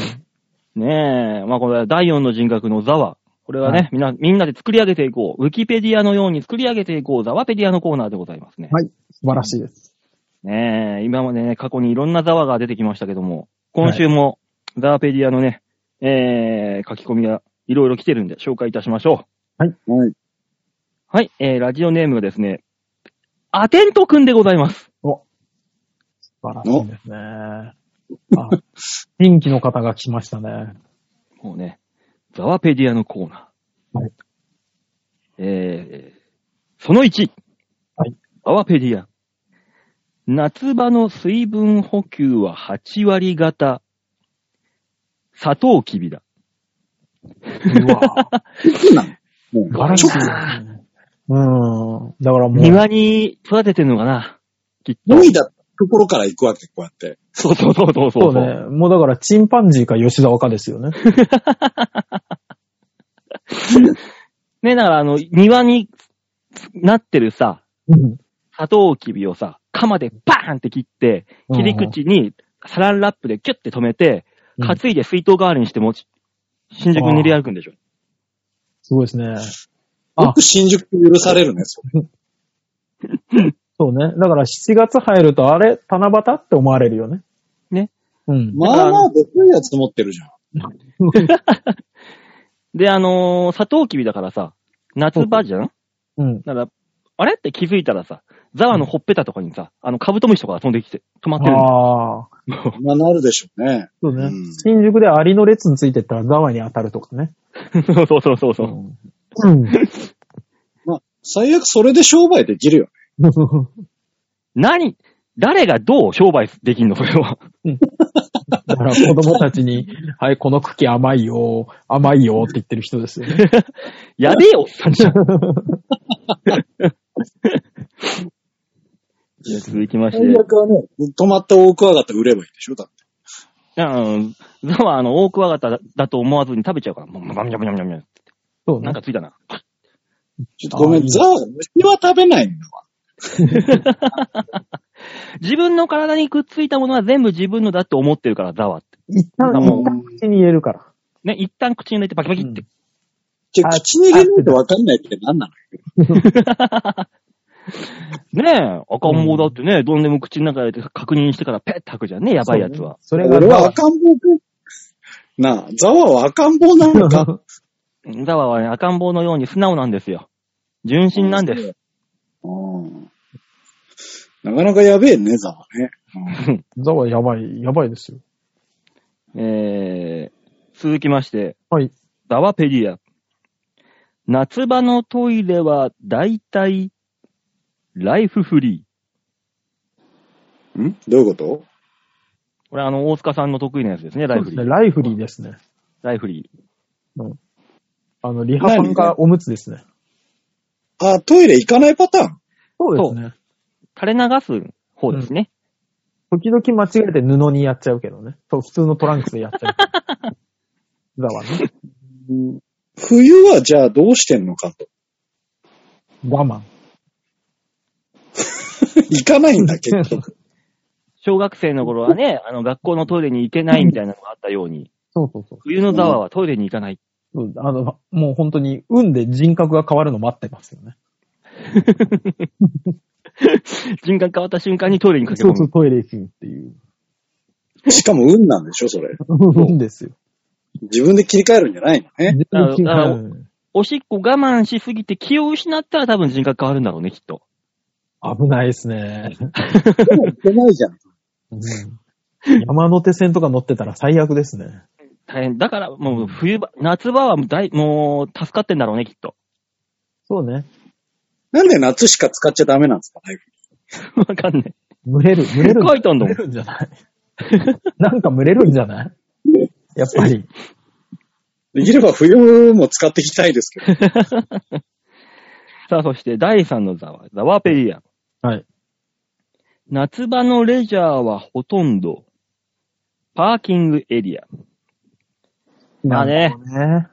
Speaker 2: ねえ、まあこれは第4の人格のザワ。これはね、
Speaker 3: は
Speaker 2: みんな、みんなで作り上げていこう。ウィキペディアのように作り上げていこう。ザワペディアのコーナーでございますね。
Speaker 3: はい。素晴らしいです。
Speaker 2: ねえ、今までね、過去にいろんなザワが出てきましたけども、今週もザワペディアのね、えー、書き込みがいろいろ来てるんで紹介いたしましょ
Speaker 4: はい。
Speaker 2: う。はい、えー、ラジオネームがですね、アテントくんでございます。
Speaker 3: 素晴らしいですね。あ、新規の方が来ましたね。
Speaker 2: もうね、ザワペディアのコーナー。
Speaker 3: はい
Speaker 2: えー、その1。
Speaker 3: はい
Speaker 2: ザワペディア。夏場の水分補給は8割型。砂糖きびだ。
Speaker 3: うわ
Speaker 4: そうなのもう
Speaker 3: ガラスだね。うん。だからもう、
Speaker 2: 庭に育ててんのかなきっと。
Speaker 4: 脱いだところから行くわけ、こうやって。
Speaker 2: そうそうそうそうそ
Speaker 3: そううね。もうだからチンパンジーか吉沢かですよね。
Speaker 2: ね、だからあの、庭になってるさ、砂糖きびをさ、鎌でバーンって切って、切り口にサランラップでキュッて止めて、
Speaker 3: うん
Speaker 2: 担いで水筒代わりにして持ち、新宿に練り歩くんでしょ。
Speaker 3: すごいですね。あ
Speaker 4: よく新宿許されるね、それ。
Speaker 3: そうね。だから7月入ると、あれ、七夕って思われるよね。
Speaker 2: ね。
Speaker 3: うん。
Speaker 4: まあまあ、でかいやつ持ってるじゃん。
Speaker 2: で、あのー、サトウキビだからさ、夏場じゃん
Speaker 3: うん。
Speaker 2: だから、あれって気づいたらさ、ザワのほっぺたとかにさ、あの、カブトムシとかが飛んできて、止まってるんだ
Speaker 3: ああ。
Speaker 4: まあなるでしょうね。
Speaker 3: そうね。
Speaker 4: うん
Speaker 3: 新宿でアリの列についてったらザワに当たるとかね。
Speaker 2: よ。 そうそうそうそうう。
Speaker 3: ん。うん。
Speaker 4: まあ、最悪それで商売できるよね。
Speaker 2: 何誰がどう商売できんのそれ は。
Speaker 3: だから子供たち に、はい、この茎甘いよ、甘いよって言ってる人ですよ ね。
Speaker 2: やべえおっさんじゃん。じゃあ続きまして
Speaker 4: 最。悪はね、止まった大クワガタ売ればいいでしょだって。
Speaker 2: うん。ザワ、あの、大クワガタだと思わずに食べちゃうから。もう、バミャバミャバミャ
Speaker 3: そうね
Speaker 2: なん。かついたな。
Speaker 4: ちょっとごめ
Speaker 3: あい
Speaker 4: ん、
Speaker 3: い
Speaker 4: ザワ、虫は食べないんだわ。
Speaker 2: 自分の体にくっついたものは全部自分のだって思ってるから、ザワって。
Speaker 3: 一旦、
Speaker 2: なんかもう
Speaker 3: 一旦口に入れるから。
Speaker 2: ね、一旦口に入れてバキバキって。
Speaker 4: じゃ
Speaker 3: あ
Speaker 4: あ口に入れないとわかんないって何なの
Speaker 2: ねえ、赤ん坊だってね、どんでも口の中で確認してからペッて吐くじゃんね、やばいやつは。
Speaker 3: そうね。それ
Speaker 4: 俺
Speaker 3: が
Speaker 4: は
Speaker 3: ザ
Speaker 4: 赤ん坊くなあ、ザワは赤ん坊なの か。
Speaker 3: ワ。
Speaker 2: ザワはね、赤ん坊のように素直なんですよ。純真なんです。
Speaker 4: うんなかなかやべえね、ザワね。
Speaker 3: ザワやばい、やばいですよ。
Speaker 2: えー、続きまして、
Speaker 3: はい。
Speaker 2: ザワペディア。夏場のトイレは大体、ライフフリー。
Speaker 4: んどういうこと
Speaker 2: これあの、大塚さんの得意なやつですね、ライ
Speaker 3: そう
Speaker 2: フ
Speaker 3: です
Speaker 2: リ
Speaker 3: ね。
Speaker 2: ー。
Speaker 3: ライフリーですね。
Speaker 2: ライフリー。
Speaker 3: あの、リハパンかおむつですね。
Speaker 4: あ、トイレ行かないパターン
Speaker 3: そう
Speaker 2: ね
Speaker 3: ですね。
Speaker 2: 垂れ流す方ですね。
Speaker 3: 時々間違えて布にやっちゃうけどね。そう、普通のトランクスでやっちゃう。 ザワね。
Speaker 4: 冬はじゃあどうしてんのかと。
Speaker 3: 我 慢。
Speaker 4: 行かないんだ、 結局。
Speaker 2: 小学生の頃はね、あの、学校のトイレに行けないみたいなのがあったように、
Speaker 3: そうそうそう
Speaker 2: 冬のザワはトイレに行かない。
Speaker 3: そう。あの、もう本当に、運で人格が変わるの待ってますよね。
Speaker 2: 人間変わった瞬間にトイレに駆け
Speaker 3: そ
Speaker 2: 込
Speaker 3: うそう、
Speaker 2: む。
Speaker 3: トイレ行くっていう。
Speaker 4: しかも運なんでしょ、それ。
Speaker 3: 運ですよ。
Speaker 4: 自分で切り替えるんじゃないのね。
Speaker 3: 全
Speaker 2: あ
Speaker 3: 然違
Speaker 2: あ
Speaker 3: う。
Speaker 2: おしっこ我慢しすぎて気を失ったら多分人格変わるんだろうね、きっと。
Speaker 3: 危ないですね。
Speaker 4: でも行けないじゃん。
Speaker 3: うん山手線とか乗ってたら最悪ですね。
Speaker 2: 大変。だから、もう冬場、夏場はもう大、もう、助かってんだろうね、きっと。
Speaker 3: そうね。
Speaker 4: なんで夏しか使っちゃダメなんですか、ライフ
Speaker 2: わかんない。
Speaker 3: 蒸れる、蒸れる。
Speaker 2: 書いたんだもん
Speaker 3: 蒸れるんじゃないなんか蒸れるんじゃないやっぱり。
Speaker 4: できれば冬も使っていきたいですけど。
Speaker 2: さあ、そして第3のザワ、ザワペリア。
Speaker 3: はい。
Speaker 2: 夏場のレジャーはほとんど、パーキングエリア。まあね
Speaker 3: ね。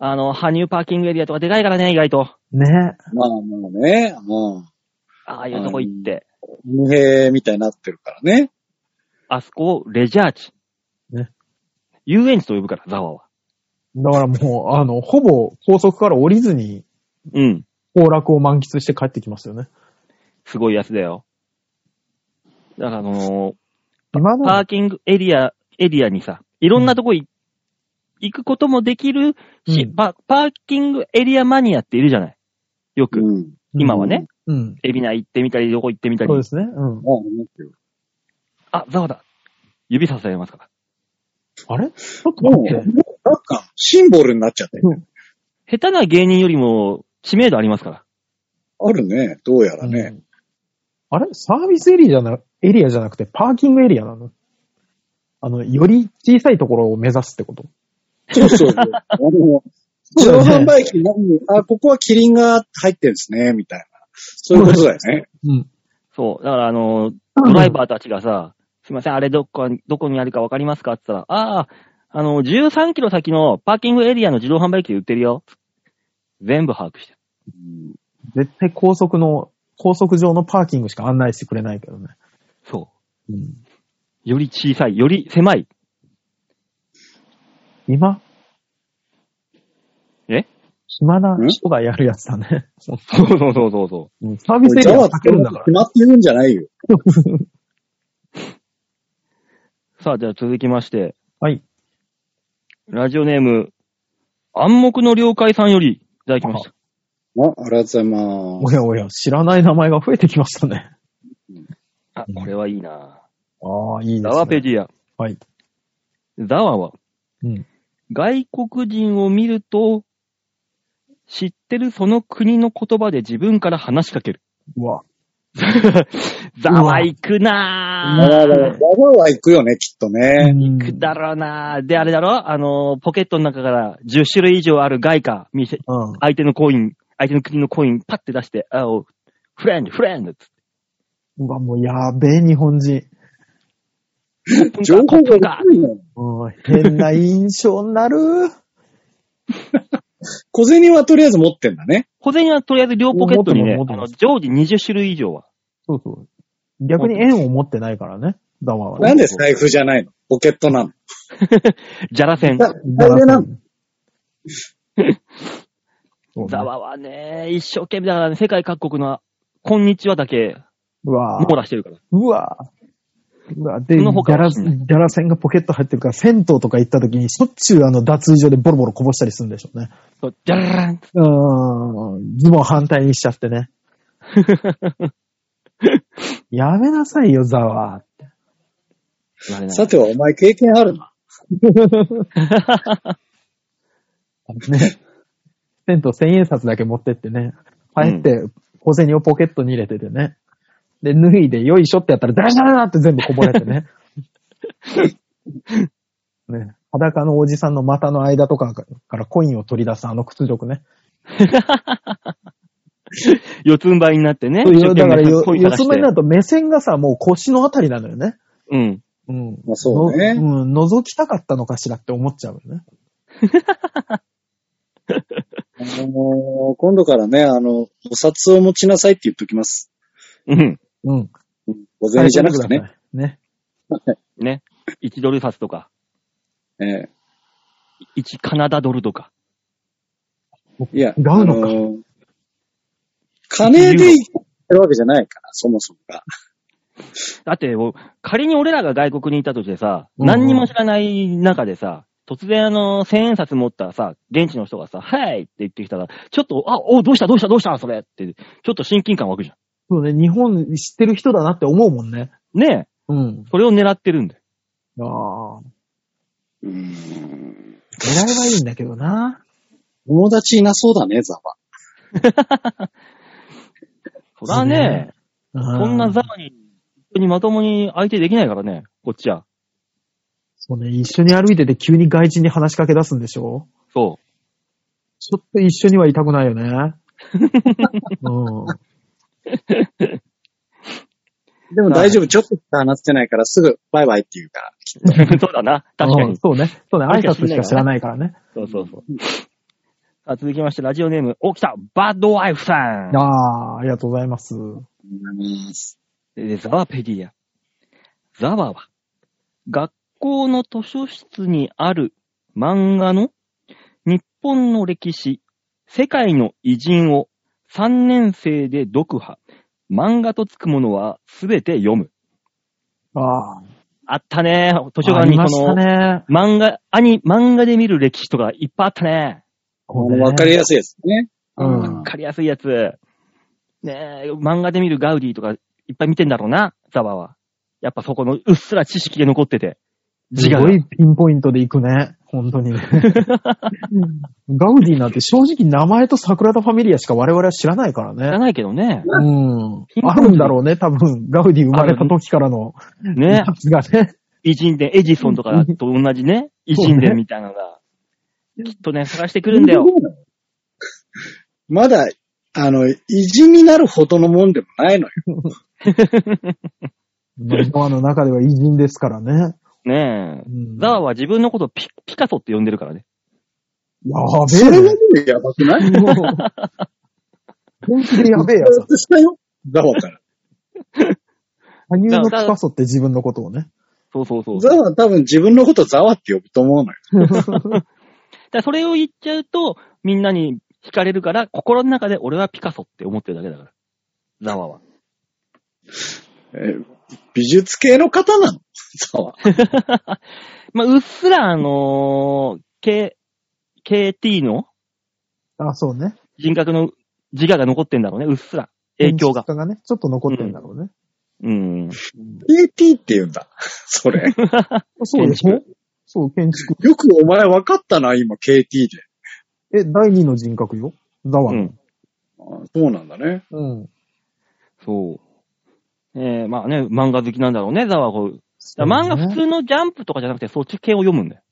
Speaker 2: あの、羽生パーキングエリアとかでかいからね、意外と。
Speaker 3: ね。
Speaker 4: まあもうね、も
Speaker 2: ああいうとこ行って。
Speaker 4: う、無兵みたいになってるからね。
Speaker 2: あそこをレジャー地。
Speaker 3: ね。
Speaker 2: 遊園地と呼ぶから、ザワは。
Speaker 3: だからもう、あの、ほぼ高速から降りずに、
Speaker 2: うん。
Speaker 3: 行楽を満喫して帰ってきますよね。
Speaker 2: すごいやつだよ。だから、あのー
Speaker 3: 今の
Speaker 2: パーキングエリア、エリアにさ、いろんなとこい行くこともできるし、
Speaker 3: うん
Speaker 2: パ、パーキングエリアマニアっているじゃない。よく、
Speaker 4: うん。
Speaker 2: 今はね、
Speaker 3: うん。
Speaker 2: エビナ行ってみたり、どこ行ってみたり
Speaker 3: そう。ですね。うん。
Speaker 4: まあ、思ってる
Speaker 2: あ、ザワだ。指さされますから。
Speaker 3: あれちょっと
Speaker 4: も
Speaker 3: 待
Speaker 4: う、
Speaker 3: って。
Speaker 4: なんか、シンボルになっちゃってるね。
Speaker 2: 下手な芸人よりも知名度ありますから。
Speaker 4: あるね、どうやら
Speaker 3: う
Speaker 4: ね。
Speaker 3: んあれサービスエリアじゃな、エリアじゃなくてパーキングエリアなのあの、より小さいところを目指すってこと
Speaker 4: そうそう。 あの、自動販売機なのに、あ、ここはキリンが入ってるんですね、みたいな。そういうことだよね。
Speaker 3: うん。
Speaker 2: そう。だから、あのー、ドライバーたちがさ、すいません、あれどこ、どこにあるかわかりますかって言ったら、ああ、あの、13キロ先のパーキングエリアの自動販売機で売ってるよ。全部把握してる。
Speaker 3: 絶対高速の、高速上のパーキングしか案内してくれないけどね。
Speaker 2: そう。
Speaker 3: うん、
Speaker 2: より小さい、より狭い。
Speaker 3: 今
Speaker 2: え
Speaker 3: 暇な人がやるやつだね。
Speaker 2: そうそうそうそうそ
Speaker 3: うんサービスエ
Speaker 4: ジ
Speaker 3: リ
Speaker 4: ャ
Speaker 3: ア
Speaker 4: ワ
Speaker 3: かけ
Speaker 4: 作
Speaker 3: る
Speaker 4: る
Speaker 3: ん
Speaker 4: ん
Speaker 3: だ
Speaker 4: だ
Speaker 3: か
Speaker 4: からら。決。まってるんじゃないよ。
Speaker 2: う。さあ、じゃあ続きまして、
Speaker 3: はい。
Speaker 2: ラジオネーム、暗黙の了解さんより、いただきました。
Speaker 4: あ、ありがとうございま
Speaker 3: お
Speaker 4: す。
Speaker 3: やおや、知らない名前が増えてきましたね。
Speaker 2: あ、これはいいな
Speaker 3: ああ、いいですね。
Speaker 2: ザワペディア。
Speaker 3: はい。
Speaker 2: ザワは、
Speaker 3: うん。
Speaker 2: 外国人を見ると、知ってるその国の言葉で自分から話しかける。
Speaker 3: うわ。
Speaker 2: ざわいくな
Speaker 4: あ
Speaker 2: ぁ。
Speaker 4: らら、わざわざ行くよね、きっとね。
Speaker 2: くだろうなぁ。で、あれだろあのー、ポケットの中から10種類以上ある外貨、見せ、
Speaker 3: うん。
Speaker 2: 相手のコイン、相手の国のコイン、パッて出して、あお、フレンド、フレンドつって
Speaker 3: うわ、もうやべえ、日本人。
Speaker 4: 情報
Speaker 2: コップン
Speaker 4: が
Speaker 2: カ
Speaker 4: 多いの。
Speaker 3: うん、変な印象になる。
Speaker 4: 小銭はとりあえず持ってんだね。
Speaker 2: 小銭はとりあえず両ポケットにね、
Speaker 3: 持って
Speaker 2: あの
Speaker 3: ます
Speaker 2: 常時20種類以上は。
Speaker 3: そうそう。逆に円を持ってないからね、ダマは
Speaker 4: な
Speaker 3: ね。
Speaker 4: んで財布じゃないのポケットなの。
Speaker 2: じゃらせん。
Speaker 4: 財布なの
Speaker 3: そうね
Speaker 2: ざわはね、一生懸命だからね、世界各国の、こんにちはだけ、
Speaker 3: うわ
Speaker 2: 網羅してるから。
Speaker 3: うわうわで、
Speaker 2: そ
Speaker 3: ギ
Speaker 2: の他
Speaker 3: ャ
Speaker 2: は
Speaker 3: ラ、
Speaker 2: し
Speaker 3: ギ
Speaker 2: ない
Speaker 3: ャラ線がポケット入ってるから、銭湯とか行った時に、しょっちゅうあの、脱衣所でボロボロこぼしたりするんでしょうね。
Speaker 2: そうじゃららん
Speaker 3: うーん、ズボン反対にしちゃってね。やめなさいよ、ザワ
Speaker 2: 言われない
Speaker 4: さては、お前経験あるな。
Speaker 3: ー。ね。銭湯千円札だけ持ってってね。帰って、小銭をポケットに入れててね。で、脱いで、よいしょってやったら、ダラダラダラって全部こぼれて ね。ね。裸のおじさんの股の間とかからコインを取り出すあの屈辱ね。
Speaker 2: 四つん這いになってね。
Speaker 3: そういうだからよ、
Speaker 2: 一生懸命
Speaker 3: 四つ目に
Speaker 2: て
Speaker 3: なると目線がさ、もう腰のあたりなのよね。
Speaker 2: うん。
Speaker 3: うん。
Speaker 4: まあそうね
Speaker 3: のうん、覗きたかったのかしらって思っちゃうよね。
Speaker 4: あのー今度からね、あの、お札を持ちなさいって言っときます。
Speaker 2: うん。
Speaker 3: うん。
Speaker 4: 小銭じゃなくてね。
Speaker 3: ね。
Speaker 2: ね。1ドル札とか、
Speaker 4: え
Speaker 2: 1カナダドルとか。
Speaker 4: えいや、
Speaker 3: 違うのか
Speaker 4: あー金で行ってるわけじゃないから、そもそもが。
Speaker 2: だって、仮に俺らが外国にいたとしてさ、
Speaker 3: うん
Speaker 2: 何にも知らない中でさ、突然あの、千円札持ったさ、現地の人がさ、はいって言ってきたら、ちょっと、あ、おどうしたどうしたどうしたそれって、ちょっと親近感湧くじゃ
Speaker 3: そうね、日本知ってる人だなって思うもんね。
Speaker 2: ん。ねえ、
Speaker 3: うん。
Speaker 2: それを狙ってるんだよ。
Speaker 3: ああ。
Speaker 4: うーん。
Speaker 3: 狙えばいいんだけ どな。
Speaker 4: 友達いなそうだね、ザワ。
Speaker 2: そらね、こんなザマに、本当にまともに相手できないからね、こっちは。
Speaker 3: そうね、一緒に歩いてて急に外人に話しかけ出すんでしょ
Speaker 2: そ
Speaker 3: ちょっと一緒にはいたくない よね。うん。
Speaker 4: でも大丈夫、ちょっとしか話してないから、すぐバイバイって言うから。
Speaker 2: う。そうだな、確か
Speaker 3: うん
Speaker 2: に。
Speaker 3: そうね。そうね、挨拶しか知らないからね。
Speaker 2: そうそうそう。さあ、続きまして、ラジオネーム、お、来たバッドワイフさん
Speaker 3: ああ、ありがとうございます。
Speaker 2: でザワペディア。ザワは、学校の図書室にある漫画の日本の歴史、世界の偉人を3年生で読破。漫画とつくものはすべて読む。
Speaker 3: ああ。
Speaker 2: あったね。図書館
Speaker 3: あり
Speaker 2: に
Speaker 3: ま
Speaker 2: そ
Speaker 3: し
Speaker 2: の、
Speaker 3: たね。
Speaker 2: 漫画、アニ、漫画で見る歴史とかいっぱいあったね。
Speaker 3: これね
Speaker 4: わかりやすいですね。
Speaker 3: うん
Speaker 2: わかりやすいやつ。ねえ、漫画で見るガウディとかいっぱい見てんだろうな、ザワは。やっぱそこのうっすら知識で残ってて。
Speaker 3: す
Speaker 2: 違
Speaker 3: ご
Speaker 2: う。
Speaker 3: いピンポイントで行くね。本当に ね。ガウディなんて正直名前と桜田ファミリアしか我々は知らないから
Speaker 2: 知ら
Speaker 3: ね。
Speaker 2: ないけどね。
Speaker 3: うん
Speaker 2: ピンポイン。ト
Speaker 3: あるんだろうね、多分。ガウディ生まれた時からの
Speaker 2: ね
Speaker 3: やつがね。
Speaker 2: 偉人伝、エジソンとかと同じね、偉人伝みたいなのが。きっとね、探してくるんだよ。
Speaker 4: まだ、あの、偉人になるほどのもんでもないのよ。
Speaker 3: ノアの中では偉人ですからね。
Speaker 2: ねえ
Speaker 3: う。ん
Speaker 2: ザワは自分のことピピカソって呼んでるからね。
Speaker 3: や
Speaker 4: そ
Speaker 3: べえ
Speaker 4: れ
Speaker 3: ね
Speaker 4: だ。けでやばくない
Speaker 3: 本気でやべえやつだ。
Speaker 4: したよ。ザワから。
Speaker 3: 羽生のピカソって自分のことをね。
Speaker 2: そうそうそう。
Speaker 4: ザワは多分自分のことザワって呼ぶと思うのよ。
Speaker 2: だからそれを言っちゃうと、みんなに、惹かれるから、心の中で俺はピカソって思ってるだけだから。ザワは。
Speaker 4: え美術系の方なのザワ。
Speaker 2: まあ、うっすらあのー K、KT の
Speaker 3: あ、そうね。
Speaker 2: 人格の自我が残ってんだろうね、うっすら。影響が
Speaker 3: 建。築家がね、ちょっと残ってんだろうね。
Speaker 2: うん。
Speaker 4: AT って言うんだ。そ れ。
Speaker 3: そうでし
Speaker 2: 建
Speaker 3: ょそう、建築。
Speaker 4: よくお前分かったな、今、KT で。
Speaker 3: え、第二の人格よ。だわ。
Speaker 2: う
Speaker 3: うん。
Speaker 2: ん。
Speaker 4: あそうなんだね。
Speaker 2: そう。えー、まあね、漫画好きなんだろうね、ザワはこう。だから漫画普
Speaker 3: ね
Speaker 2: 通のジャンプとかじゃなくて、そっち系を読むんだよ。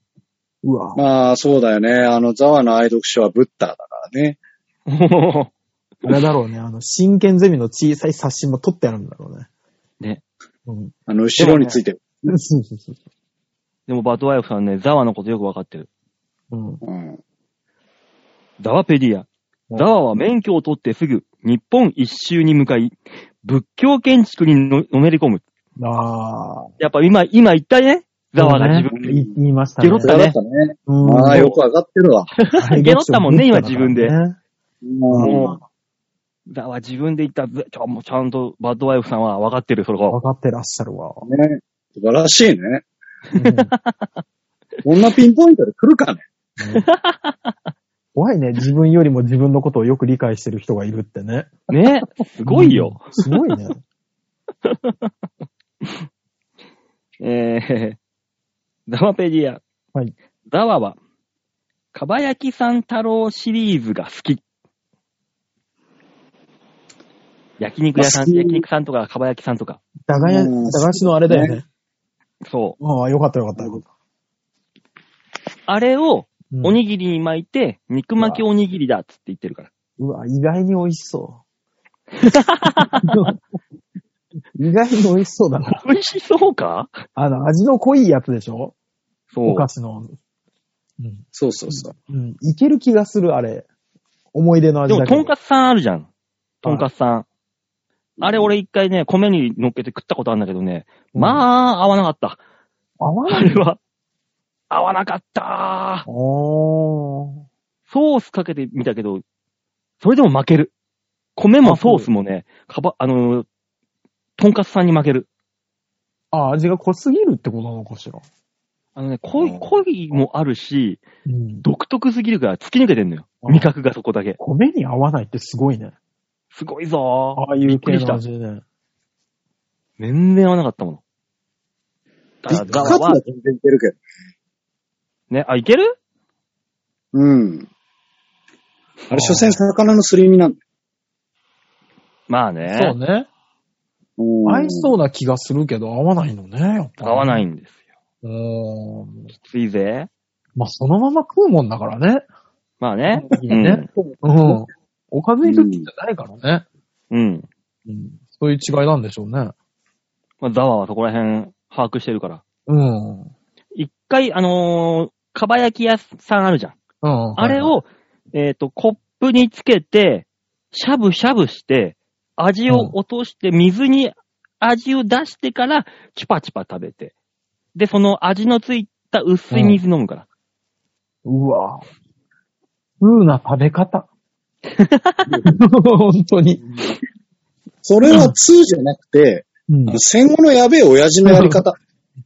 Speaker 3: うわ。
Speaker 4: まあ、そうだよね。あの、ザワの愛読書はブッダだからね。
Speaker 3: あれだろうね。あの、真剣ゼミの小さい冊子も取ってあるんだろうね。
Speaker 2: ね。
Speaker 3: うん。
Speaker 4: あの、後ろについてる。
Speaker 3: そうそうそう。
Speaker 2: でもバトワイフさんね、ザワのことよくわかってる。
Speaker 3: うん。
Speaker 4: うん。
Speaker 2: ザワペディア。ザワは免許を取ってすぐ、日本一周に向かい、仏教建築にののめり込む。
Speaker 3: ああ。
Speaker 2: やっぱ今、今言ったね。ザワが自分で。
Speaker 3: い言いましたね。
Speaker 2: ゲロっ
Speaker 4: そうだったね。
Speaker 3: うん
Speaker 4: ああ、よく分かってるわ。
Speaker 2: ゲロったもんね今自分で
Speaker 3: ね
Speaker 4: うん
Speaker 2: ザワ自分で言った。ずちょもうちゃんとバッドワイフさんは分かってる、それ
Speaker 3: わ
Speaker 2: が。
Speaker 3: かってらっしゃ るわ。
Speaker 4: ね。素晴らしいね。
Speaker 3: うん
Speaker 4: こんなピンポイントで来るかね。
Speaker 3: 怖いね。自分よりも自分のことをよく理解してる人がいるってね。
Speaker 2: ね。すごいよ。
Speaker 3: うん。すごいね。
Speaker 2: えー、ザワペディア。
Speaker 3: はい。
Speaker 2: ザワは、かばやきさん太郎シリーズが好き。焼肉屋さ
Speaker 4: あ
Speaker 2: ん、
Speaker 4: 好き
Speaker 2: 焼肉さんとか、かばやきさんとか。
Speaker 3: 駄菓屋、
Speaker 4: うん
Speaker 3: 駄菓子のあれだよね。
Speaker 2: そ
Speaker 3: ああ、よかったよかったよかった。
Speaker 2: う。あれを、
Speaker 3: うん
Speaker 2: おにぎりに巻いて、肉巻きおにぎりだっつって言ってるから。
Speaker 3: うわ、意外に美味し そう。意外に美味しそうだな。
Speaker 2: 美味しそうか
Speaker 3: あの、味の濃いやつでしょ
Speaker 2: そう
Speaker 3: お。菓子の。うん。
Speaker 4: そうそうそう。
Speaker 3: うん。いける気がする、あれ。思い出の味
Speaker 2: で
Speaker 3: だ
Speaker 2: も、
Speaker 3: け
Speaker 2: と
Speaker 3: ど
Speaker 2: ん。かつさんあるじゃん。とんかつさん。あれ、俺一回ね、米に乗っけて食ったことあるんだけどね。
Speaker 3: うん
Speaker 2: まあ、合わなかった。
Speaker 3: 合わ
Speaker 2: あ
Speaker 3: ない。
Speaker 2: れは。合わなかった
Speaker 3: おー。
Speaker 2: ソースかけてみたけど、それでも負ける。米もソースもね、かば、あのー、とんかつさんに負ける。
Speaker 3: あ、味が濃すぎるってことなのかしら。
Speaker 2: あのね、濃い、濃いもあるし、
Speaker 3: うん。
Speaker 2: 独特すぎるから突き抜けてんのよ。
Speaker 3: あ
Speaker 2: 味覚がそこだけ。
Speaker 3: 米に合わないってすごいね。
Speaker 2: すごいぞー。
Speaker 3: ああいう系
Speaker 2: びっくりし
Speaker 3: の
Speaker 2: た
Speaker 3: 味ね。
Speaker 2: 全然合わなかったもの。だ
Speaker 4: ビ
Speaker 2: から
Speaker 4: ッグ
Speaker 2: ザ
Speaker 4: カツ
Speaker 2: ワは
Speaker 4: は、全然いけるけど。
Speaker 2: ね、あ、いける
Speaker 4: うん。あ
Speaker 3: あー
Speaker 4: れ、所詮魚のすり身なんだよ。
Speaker 2: まあね。
Speaker 3: そうね。
Speaker 4: うん
Speaker 3: 合いそうな気がするけど、合わないのね、やっぱ。。
Speaker 2: 合わないいんですよ。
Speaker 3: うーん。
Speaker 2: きついぜ。
Speaker 3: まあ、そのまま食うもんだからね。
Speaker 2: まあね。
Speaker 3: 基本的にねうん。おかずにするんじゃないからね。
Speaker 2: うん。うん。
Speaker 3: うん。そういう違いなんでしょうね。
Speaker 2: まあ、ザワはそこら辺把握してるから。
Speaker 3: うん。うん。
Speaker 2: 一回、あのー、かば焼き屋さんあるじゃん。あれを、えっ、と、コップにつけて、しゃぶしゃぶして、味を落として、水に味を出してから、チュパチュパ食べて。で、その味のついた薄い水飲むから。
Speaker 3: うわうーな食 べ方。本当に。
Speaker 4: それは2じゃなくて、
Speaker 3: うん。
Speaker 4: 戦後のやべえ親父のやり 方。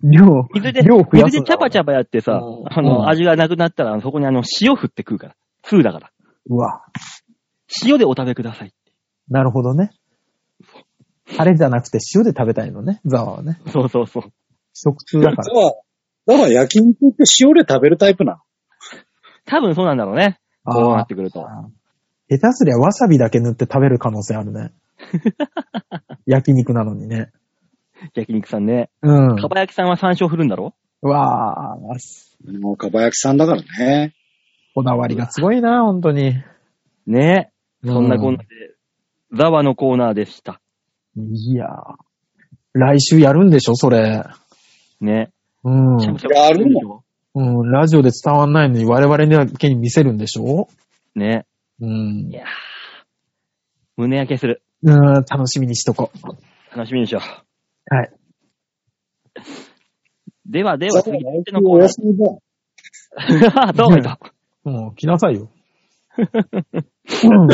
Speaker 3: 量、
Speaker 2: 水で、
Speaker 3: 量増や
Speaker 2: 水
Speaker 3: す
Speaker 2: で
Speaker 3: ん
Speaker 2: チャ
Speaker 3: だろうね
Speaker 2: パチャパやってさ
Speaker 3: う、ん
Speaker 2: あ
Speaker 3: うん
Speaker 2: の、味がなくなったら、そこにあの、塩振って食うから。通だから。
Speaker 3: うわ
Speaker 2: 塩でお食べください。
Speaker 3: なるほどね。タレじゃなくて塩で食べたいのね、ザワはね。
Speaker 2: そうそうそう。
Speaker 3: 食通
Speaker 4: だ
Speaker 3: だ
Speaker 4: か
Speaker 3: から。
Speaker 4: ら、だから焼肉って塩で食べるタイプな
Speaker 2: 多分そうなんだろうね。こうなってくると。
Speaker 3: あー下手すりゃわさびだけ塗って食べる可能性あ るね。焼肉なのにね。
Speaker 2: 焼肉さんね。
Speaker 3: うん。
Speaker 2: かば焼きさんは山椒振るんだろ
Speaker 3: わあ、
Speaker 4: の。もう、かば焼きさんだからね。
Speaker 3: こだわりがすごいな、本当に。
Speaker 2: ね
Speaker 3: そ
Speaker 2: そんなこんなで、ザワのコーナーでした。
Speaker 3: いやー来週やるんでしょ、それ。
Speaker 2: ね。
Speaker 3: うん。
Speaker 2: しゃぶしゃぶしてるでしょ
Speaker 3: うん、ラジオで伝わんないのに我々だけに見せるんでしょ
Speaker 2: ね。
Speaker 3: うん
Speaker 2: い。やー胸焼けする。
Speaker 3: うん、楽しみにしとこ
Speaker 2: 楽しみにしよ
Speaker 3: う。はい。
Speaker 2: う。ではで
Speaker 4: だ
Speaker 2: は、
Speaker 4: から
Speaker 2: 次
Speaker 4: 来週
Speaker 2: のコ
Speaker 4: お
Speaker 2: ー
Speaker 4: 休み だ。
Speaker 2: ナー。どうもいた。
Speaker 3: もう来なさいよ。うん。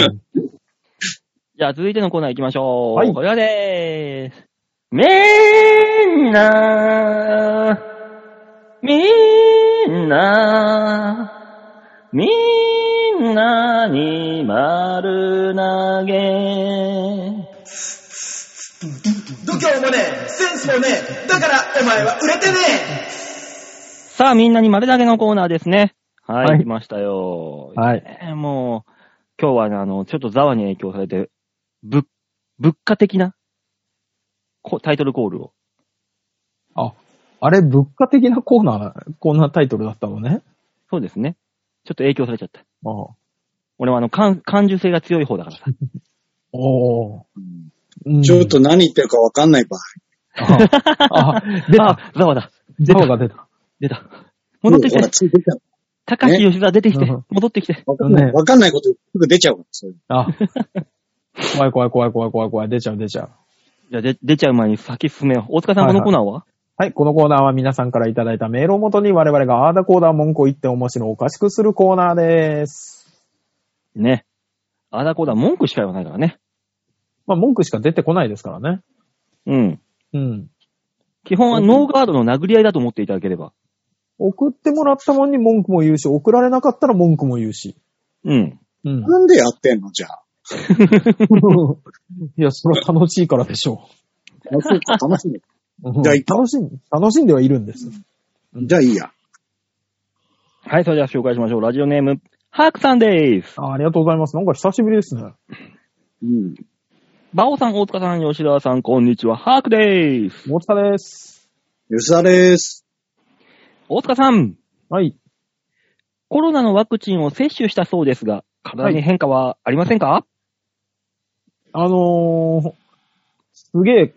Speaker 2: じゃあ続いてのコーナー行きましょう。
Speaker 3: はい
Speaker 2: これはでーす。みんな、みんな、みんなに丸投げ。
Speaker 1: 度胸もねえセンスもねえだからお前は売れてね
Speaker 2: さあ、みんなに丸投げのコーナーですね。はい、
Speaker 3: はい
Speaker 2: 来ましたよ。
Speaker 3: はい
Speaker 2: ねえもう、今日はね、あの、ちょっとザワに影響されて、ぶ、物価的な、こタイトルコールを。
Speaker 3: あ、あれ、物価的なコーナー、コーナータイトルだったのね。
Speaker 2: そうですね。ちょっと影響されちゃった。
Speaker 3: ああ
Speaker 2: 俺はあの、感、感受性が強い方だからさ。
Speaker 3: おーうん
Speaker 4: ちょっと何言ってるかわかんない場合。
Speaker 3: あ、あ出た、
Speaker 2: あ、ザワだ。
Speaker 3: 出たが出た。
Speaker 2: 出た。戻ってき
Speaker 4: ほら
Speaker 2: て。
Speaker 4: つい出ちゃう。
Speaker 2: 高橋吉沢出てきて
Speaker 3: うん。
Speaker 2: 戻ってきて。
Speaker 4: わかんない。
Speaker 3: ね
Speaker 4: わかんないことすぐ出ちゃうからそういう
Speaker 3: あ、怖い怖い怖い怖い怖い怖い、出ちゃう出ちゃう。
Speaker 2: じゃあ、で出ちゃう前に先進めよう。大塚さん、このコーナーは
Speaker 3: はい、このコーナーは皆さんからいただいたメールをもとに我々がアーダコーダー文句を言って面白おかしくするコーナーです。
Speaker 2: ね。あだこだ、文句しか言わないからね。
Speaker 3: まあ、文句しか出てこないですからね。
Speaker 2: うん。
Speaker 3: うん。
Speaker 2: 基本はノーガードの殴り合いだと思っていただければ。
Speaker 3: 送ってもらったもんに文句も言うし、送られなかったら文句も言うし。
Speaker 2: うん。
Speaker 3: うん。
Speaker 4: なんでやってんのじゃ あ。
Speaker 3: いや、それは楽しいからでしょ
Speaker 4: 楽しい楽しみ。
Speaker 3: う。
Speaker 4: じゃあ
Speaker 3: 楽しん、楽しんではいるんです。
Speaker 4: じゃあいいや。
Speaker 2: はい、それでは紹介しましょう。ラジオネーム、ハークさんでーす。
Speaker 3: あありがとうございます。なんか久しぶりですね。
Speaker 4: うん。
Speaker 2: バオさん、大塚さん、吉田さん、こんにちは。ハークでーす。
Speaker 3: 大塚です。
Speaker 4: 吉田です。
Speaker 2: 大塚さん、
Speaker 3: はい。
Speaker 2: コロナのワクチンを接種したそうですが、体に変化はありませんか、
Speaker 3: あのー、すげえ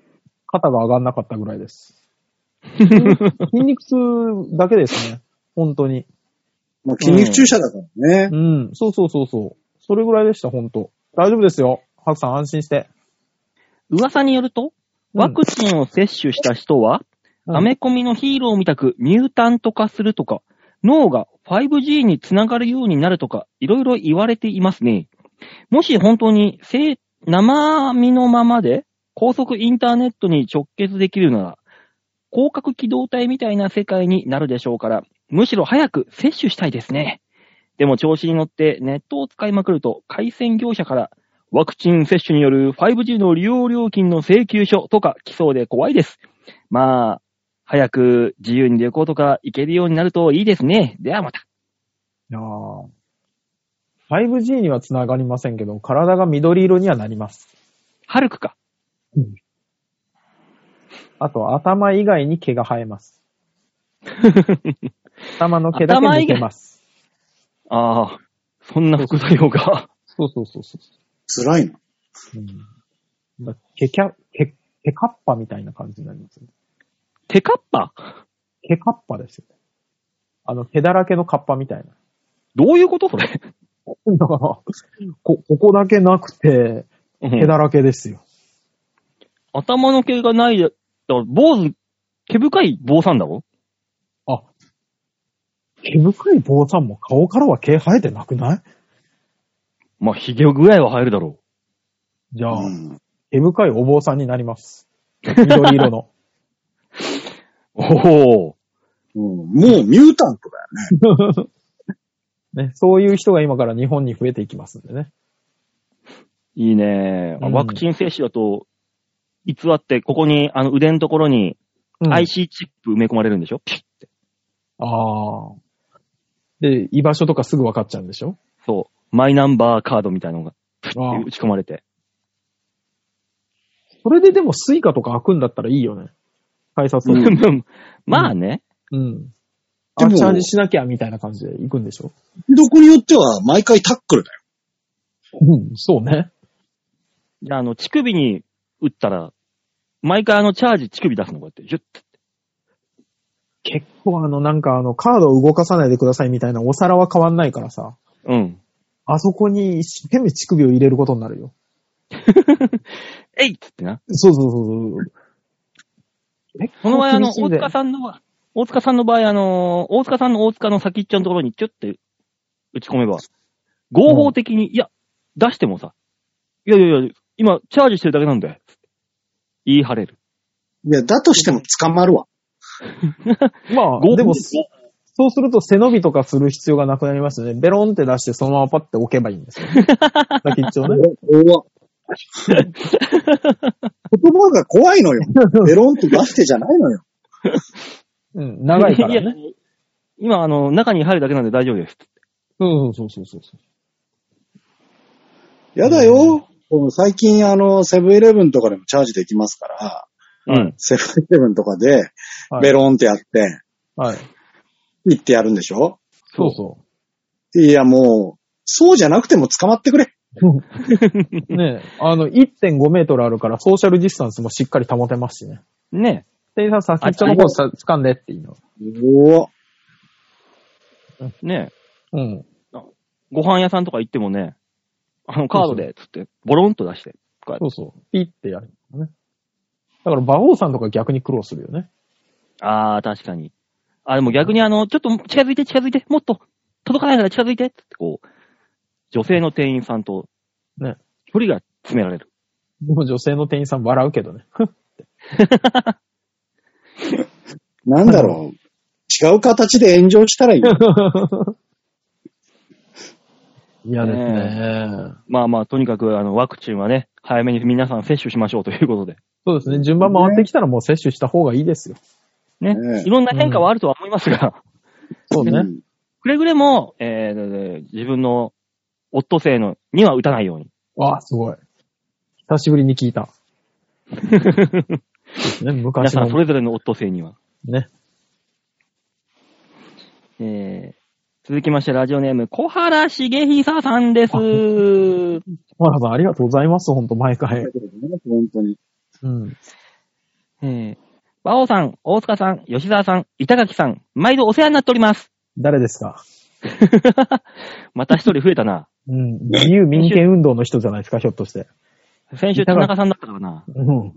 Speaker 3: 肩が上がんなかったぐらいです。 筋肉痛だけですね。本当に。
Speaker 4: まあ、筋肉注射だからね。
Speaker 3: うん。そうそうそうそう。それぐらいでした、本当大丈夫ですよ。ハクさん安心して。
Speaker 2: 噂によると、
Speaker 3: うん
Speaker 2: ワクチンを接種した人は、
Speaker 3: うん
Speaker 2: アメコミのヒーローみたくミュータント化するとか、脳が 5G につながるようになるとか、いろいろ言われていますね。もし本当に生、生身のままで高速インターネットに直結できるなら、広角機動隊みたいな世界になるでしょうから、むしろ早く接種したいですね。でも調子に乗ってネットを使いまくると、回線業者からワクチン接種による 5G の利用料金の請求書とか来そうで怖いです。まあ、早く自由に旅行とか行けるようになるといいですね。ではまた。
Speaker 3: いやー 5G には繋がりませんけど、体が緑色にはなります。
Speaker 2: ハルクか。
Speaker 3: あと、頭以外に毛が生え ます。頭の毛だけ抜けます。
Speaker 2: ああ、そんな副作用が。
Speaker 3: そうそうそうそ
Speaker 4: 辛いな。
Speaker 3: う。うん、だ毛キャ、毛、毛カッパみたいな感じになります、ね。
Speaker 2: テカッパ
Speaker 3: 毛カッパですよ。あの、毛だらけのカッパみたいな。
Speaker 2: どういうことそれ。
Speaker 3: だから、こ、ここだけなくて、毛だらけですよ。
Speaker 2: 頭の毛がないで、だから坊主、毛深い坊さんだろ
Speaker 3: あ、毛深い坊さんも顔からは毛生えてなくない
Speaker 2: まあ、髭ぐらいは生えるだろ
Speaker 3: じゃあ、
Speaker 4: うん。
Speaker 3: 毛深いお坊さんになり ます。緑色の。
Speaker 2: う。おお。
Speaker 4: うんもうミュータントだよね。
Speaker 3: ね、そういう人が今から日本に増えていきますんでね。
Speaker 2: いいね。あ
Speaker 3: うん
Speaker 2: ワクチン接種だと、偽って、ここに、あの、腕のところに
Speaker 3: うん
Speaker 2: IC チップ埋め込まれるんでしょ、ピュッて。
Speaker 3: ああ。で、居場所とかすぐ分かっちゃうんでしょ
Speaker 2: そう。マイナンバーカードみたいなのが、
Speaker 3: ああ
Speaker 2: 打ち込まれて。
Speaker 3: それででもスイカとか開くんだったらいいよね。改 札を。
Speaker 2: まあね。
Speaker 3: うん。
Speaker 4: で
Speaker 3: あ、
Speaker 4: も
Speaker 3: チャージしなきゃみたいな感じで行くんでしょ
Speaker 4: どこによっては毎回タックルだよ。
Speaker 3: うん、そうね。
Speaker 2: じゃあ、あの、乳首に打ったら、毎回あの、チャージ乳首出すのこうやって、ジュッて。
Speaker 3: 結構あの、なんかあの、カードを動かさないでくださいみたいなお皿は変わんないからさ、
Speaker 2: うん。
Speaker 3: あそこに一生懸命乳首を入れることになるよ。
Speaker 2: えいっつってな。
Speaker 3: そうそうそうそう。
Speaker 2: その場合、あの、
Speaker 3: 厳しい
Speaker 2: 大
Speaker 3: んだよ
Speaker 2: 塚さんのは、大塚さんの場合、あの、大塚さんの大塚の先っちょのところに、ちょって打ち込めば、合法的に、いや、出してもさ、いやいやいや、今、チャージしてるだけなんだよ。言い張れる。
Speaker 4: いや、だとしても捕まるわ。
Speaker 3: まあ、でも、そうすると背伸びとかする必要がなくなりますよね。ベロンって出してそのままパッて置けばいいんですよ、ね。先っちょをね。
Speaker 4: 怖 言葉が怖いのよ。ベロンと出してじゃないのよ。
Speaker 3: うん、長いからね。
Speaker 2: いや今、あの、中に入るだけなんで大丈夫です。
Speaker 3: そうそうそうそうそう。
Speaker 4: やだよ。もう最近、あの、セブンイレブンとかでもチャージできますから、
Speaker 2: うん。
Speaker 4: セブンイレブンとかで
Speaker 3: はい、
Speaker 4: ベロンってやって、
Speaker 3: はい。
Speaker 4: 行ってやるんでしょ
Speaker 3: そうそ
Speaker 4: いや、もう、そうじゃなくても捕まってくれ。
Speaker 3: う。ねえあの、1.5メートルあるからソーシャルディスタンスもしっかり保てますしね。
Speaker 2: ね
Speaker 3: 店員さん先っちょの方さ掴んでっていうの。
Speaker 4: おぉ。
Speaker 2: え、ねえ、
Speaker 3: うん。
Speaker 2: ご飯屋さんとか行ってもね、あの、カードで、つって、ボロンと出して。
Speaker 3: そうそう。ピッてやるのね。だから、馬王さんとか逆に苦労するよね。
Speaker 2: ああ、確かに。あ、でも逆にあの、ちょっと近づいて近づいて、もっと、届かないから近づいて、つってこう、女性の店員さんと、
Speaker 3: ね。
Speaker 2: 距離が詰められる。
Speaker 3: でも女性の店員さん笑うけど ね。
Speaker 4: なんだろう。違う形で炎上したらいいよ。
Speaker 3: 嫌ですね。
Speaker 2: まあまあ、とにかく、あの、ワクチンはね、早めに皆さん接種しましょうということで。
Speaker 3: そうですね。順番回ってきたらもう接種した方がいいですよ。
Speaker 2: ね。
Speaker 4: ねえ
Speaker 2: いろんな変化はあるとは思いますが、
Speaker 3: そうね。
Speaker 4: ん
Speaker 2: くれぐれも、えー、自分の夫性のには打たない ように。
Speaker 3: わあ、すごい。久しぶりに聞いた。ね、
Speaker 2: 皆
Speaker 3: 昔
Speaker 2: さんそ
Speaker 3: の
Speaker 2: れぞれの夫性には。
Speaker 3: ね。
Speaker 2: えー、続きまして、ラジオネーム、小原茂久さんです。
Speaker 3: マラさん、ありがとうございます。ほんと、毎回
Speaker 4: だ。けどね本当に。
Speaker 3: うん。
Speaker 2: えー、馬王さん、大塚さん、吉沢さん、板垣さん、毎度お世話になっております。
Speaker 3: 誰ですか
Speaker 2: また一人増えたな。
Speaker 3: うん。自由民権運動の人じゃないですか、ひょっとして。
Speaker 2: 先週田中さんだったからな。
Speaker 3: うん。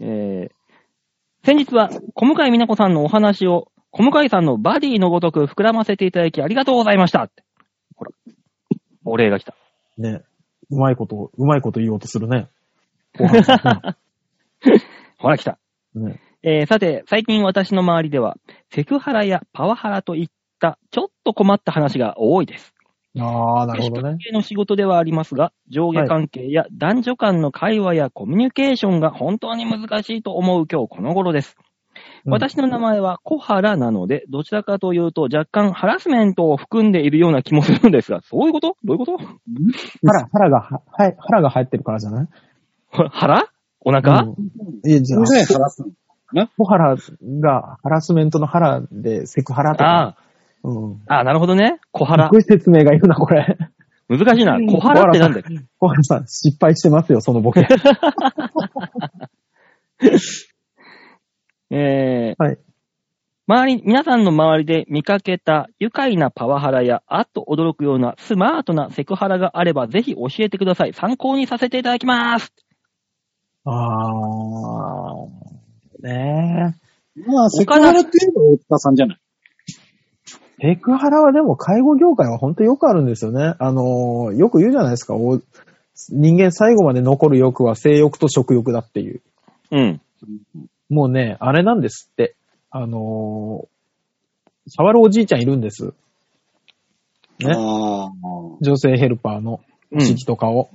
Speaker 2: えー、先日は小向井美奈子さんのお話を、小向井さんのバディのごとく膨らませていただきありがとうございましたって。ほら。お礼が来た。
Speaker 3: ね。うまいこと、うまいこと言おうとする ね。後半さ
Speaker 2: ほら来た。
Speaker 3: んね。
Speaker 2: えーさて、最近私の周りでは、セクハラやパワハラといった、ちょっと困った話が多いです。
Speaker 3: ああ、なるほどね
Speaker 2: 関。係の仕事ではありますが、上下関係や男女間の会話やコミュニケーションが本当に難しいと思う今日この頃です。
Speaker 3: うん
Speaker 2: 私の名前は小原なので、どちらかというと若干ハラスメントを含んでいるような気もするんですが、 そういうことどういうこと
Speaker 3: 腹、腹がは、はい、腹が入ってるからじゃない
Speaker 2: ほ腹お腹、
Speaker 3: うん、いや、じゃあ
Speaker 4: うる、さい話すの
Speaker 3: 小原がハラスメントの腹でセクハラとか。
Speaker 2: あ
Speaker 3: うん。
Speaker 2: あ、ああ、なるほどね。小
Speaker 3: す
Speaker 2: 原
Speaker 3: ご。い説明がいるな、こ れ。
Speaker 2: 難しいな。小原ってなんだよ。
Speaker 3: 小原さん、失敗してますよ、そのボケ。
Speaker 2: えー
Speaker 3: はい
Speaker 2: 周り、皆さんの周りで見かけた愉快なパワハラや、あっと驚くようなスマートなセクハラがあれば、ぜひ教えてください。参考にさせていただきます。
Speaker 3: あー。ね
Speaker 4: まあ、セクハラって言えば大塚さんじゃない。
Speaker 3: え。セクハラはでも介護業界は本当よくあるんですよね。あのーよく言うじゃないですか。お人間最後まで残る欲は性欲と食欲だっていう。
Speaker 2: うん。
Speaker 3: もうね、あれなんですって。あのー触るおじいちゃんいるんです。ね
Speaker 4: ああ。
Speaker 3: 女性ヘルパーの
Speaker 2: うん
Speaker 3: 地域とかを。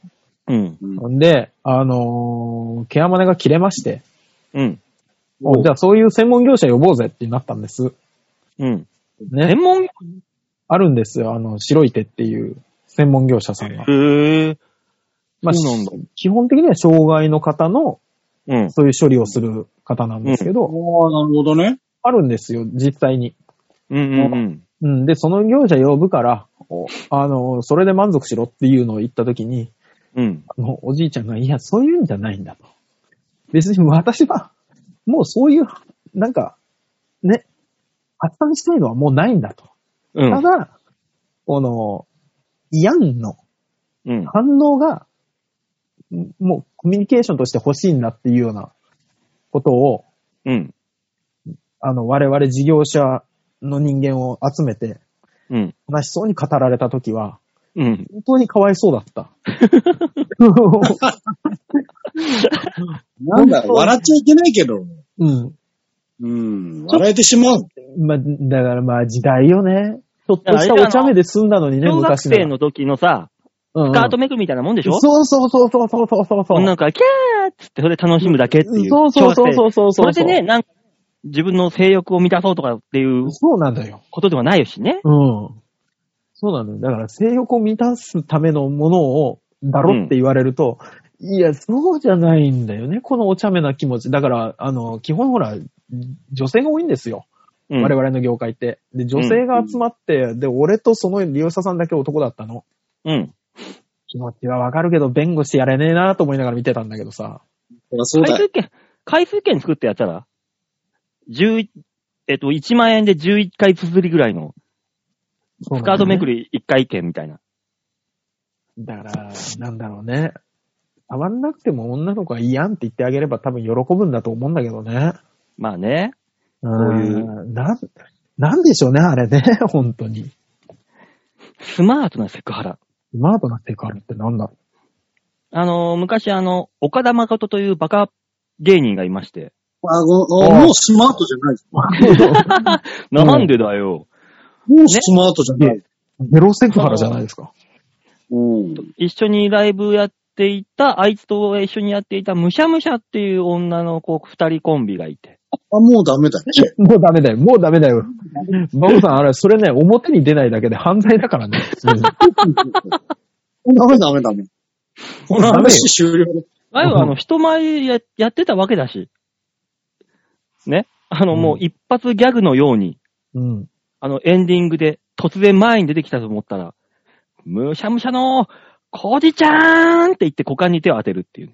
Speaker 2: うん。
Speaker 4: うん
Speaker 3: んで、あのーケアマネが切れまして、
Speaker 2: うん。
Speaker 3: おじゃあそういう専門業者呼ぼうぜってなったんです。
Speaker 2: うん。
Speaker 3: ね
Speaker 2: 専。門
Speaker 3: あるんですよ、あの、白い手っていう専門業者さんが。
Speaker 2: へえ。
Speaker 3: まあ、
Speaker 2: そうなんだ
Speaker 3: 基本的には障害の方の、
Speaker 2: うん。
Speaker 3: そういう処理をする方なんですけど、
Speaker 4: ああ、なるほどね。
Speaker 3: あるんですよ、実際に。
Speaker 2: うんうんうん。
Speaker 3: うん、で、その業者呼ぶから、おあの、それで満足しろっていうのを言ったときに、
Speaker 2: うん。
Speaker 3: あの、おじいちゃんが、いや、そういうんじゃないんだと。別に私は、もうそういう、なんか、ね、発散したいのはもうないんだと。
Speaker 2: う
Speaker 3: た
Speaker 2: ん。
Speaker 3: だ、この、イアンの
Speaker 2: うん。
Speaker 3: 反応が、んもうコミュニケーションとして欲しいんだっていうようなことを、
Speaker 2: うん。
Speaker 3: あの、我々事業者の人間を集めて、
Speaker 2: うん。
Speaker 3: 悲しそうに語られたときは、
Speaker 2: うん。
Speaker 3: 本当にかわいそうだった。
Speaker 4: なんだ、笑っちゃいけないけど、
Speaker 3: うん。
Speaker 4: うん、笑えてしまう。
Speaker 3: まあ、だからまあ時代よね。ちょっとし
Speaker 2: あ
Speaker 3: た
Speaker 2: れだな
Speaker 3: お茶目で済んだのにね、
Speaker 2: 小学
Speaker 3: 昔なら
Speaker 2: 生の時のさ、
Speaker 3: うんう
Speaker 2: ス
Speaker 3: ん
Speaker 2: カートめくみたいなもんでしょ
Speaker 3: そうそうそうそうそうそうそう。
Speaker 2: 女の子がキャーっつってそれで楽しむだけっていう。
Speaker 3: そうそうそ
Speaker 2: 小
Speaker 3: うそう
Speaker 2: 学
Speaker 3: そう
Speaker 2: 生それでね、なんか、自分の性欲を満たそうとかっていう
Speaker 3: そうなんだよ。
Speaker 2: ことではないしね。
Speaker 3: うん。そうなんだよ。だから性欲を満たすためのものを、だろって言われると、いや、そうじゃないんだよね。このお茶目な気持ち。だから、あの、基本ほら、女性が多いんですよ。
Speaker 2: うん。
Speaker 3: 我々の業界って。で、女性が集まって、で、俺とその利用者さんだけ男だったの。
Speaker 2: うん。
Speaker 3: 気持ちはわかるけど、弁護してやれねえなと思いながら見てたんだけどさ。
Speaker 4: そりゃそう
Speaker 2: 回
Speaker 4: だよ。
Speaker 2: 数券、回数券作ってやったら、11、えっと、1万円で11回つづりぐらいの、
Speaker 3: ス
Speaker 2: スカートめく
Speaker 3: り。
Speaker 2: り1回券みたいな。
Speaker 3: だから、なんだろうね。触んなくても女の子はいいやんって言ってあげれば多分喜ぶんだと思うんだけどね。
Speaker 2: まあね。
Speaker 3: う。
Speaker 2: ういうん
Speaker 3: なん、なんでしょうね、あれね、 本当に。
Speaker 2: スマートなセクハラ。
Speaker 3: スマートなテクハラってなんだろ
Speaker 2: あのー昔あの、岡田誠というバカ芸人がいまして。
Speaker 4: あごあ
Speaker 3: ああ
Speaker 4: もうスマートじゃない。
Speaker 3: う。
Speaker 2: なんでだよ。
Speaker 4: もうスマートじゃない。
Speaker 3: ゼロセクハラじゃないですか。
Speaker 4: うん。
Speaker 2: 一緒にライブやっていた、あいつと一緒にやっていたむしゃむしゃっていう女の子二人コンビがいて。
Speaker 4: あ、もうダメだっ け
Speaker 3: もうダメだよ、もうダメだよ。バオさん、あれ、それね、表に出ないだけで犯罪だから ね。
Speaker 4: ダメダメダメ。この話終了。
Speaker 2: 前はあ
Speaker 3: う
Speaker 2: の
Speaker 3: ん
Speaker 2: 人前ややってたわけだし。ね。あの
Speaker 3: うん
Speaker 2: もう一発ギャグのように、
Speaker 3: うん。
Speaker 2: あのエンディングで突然前に出てきたと思ったら、むしゃむしゃの、コジちゃーんって言って股間に手を当てるっていう。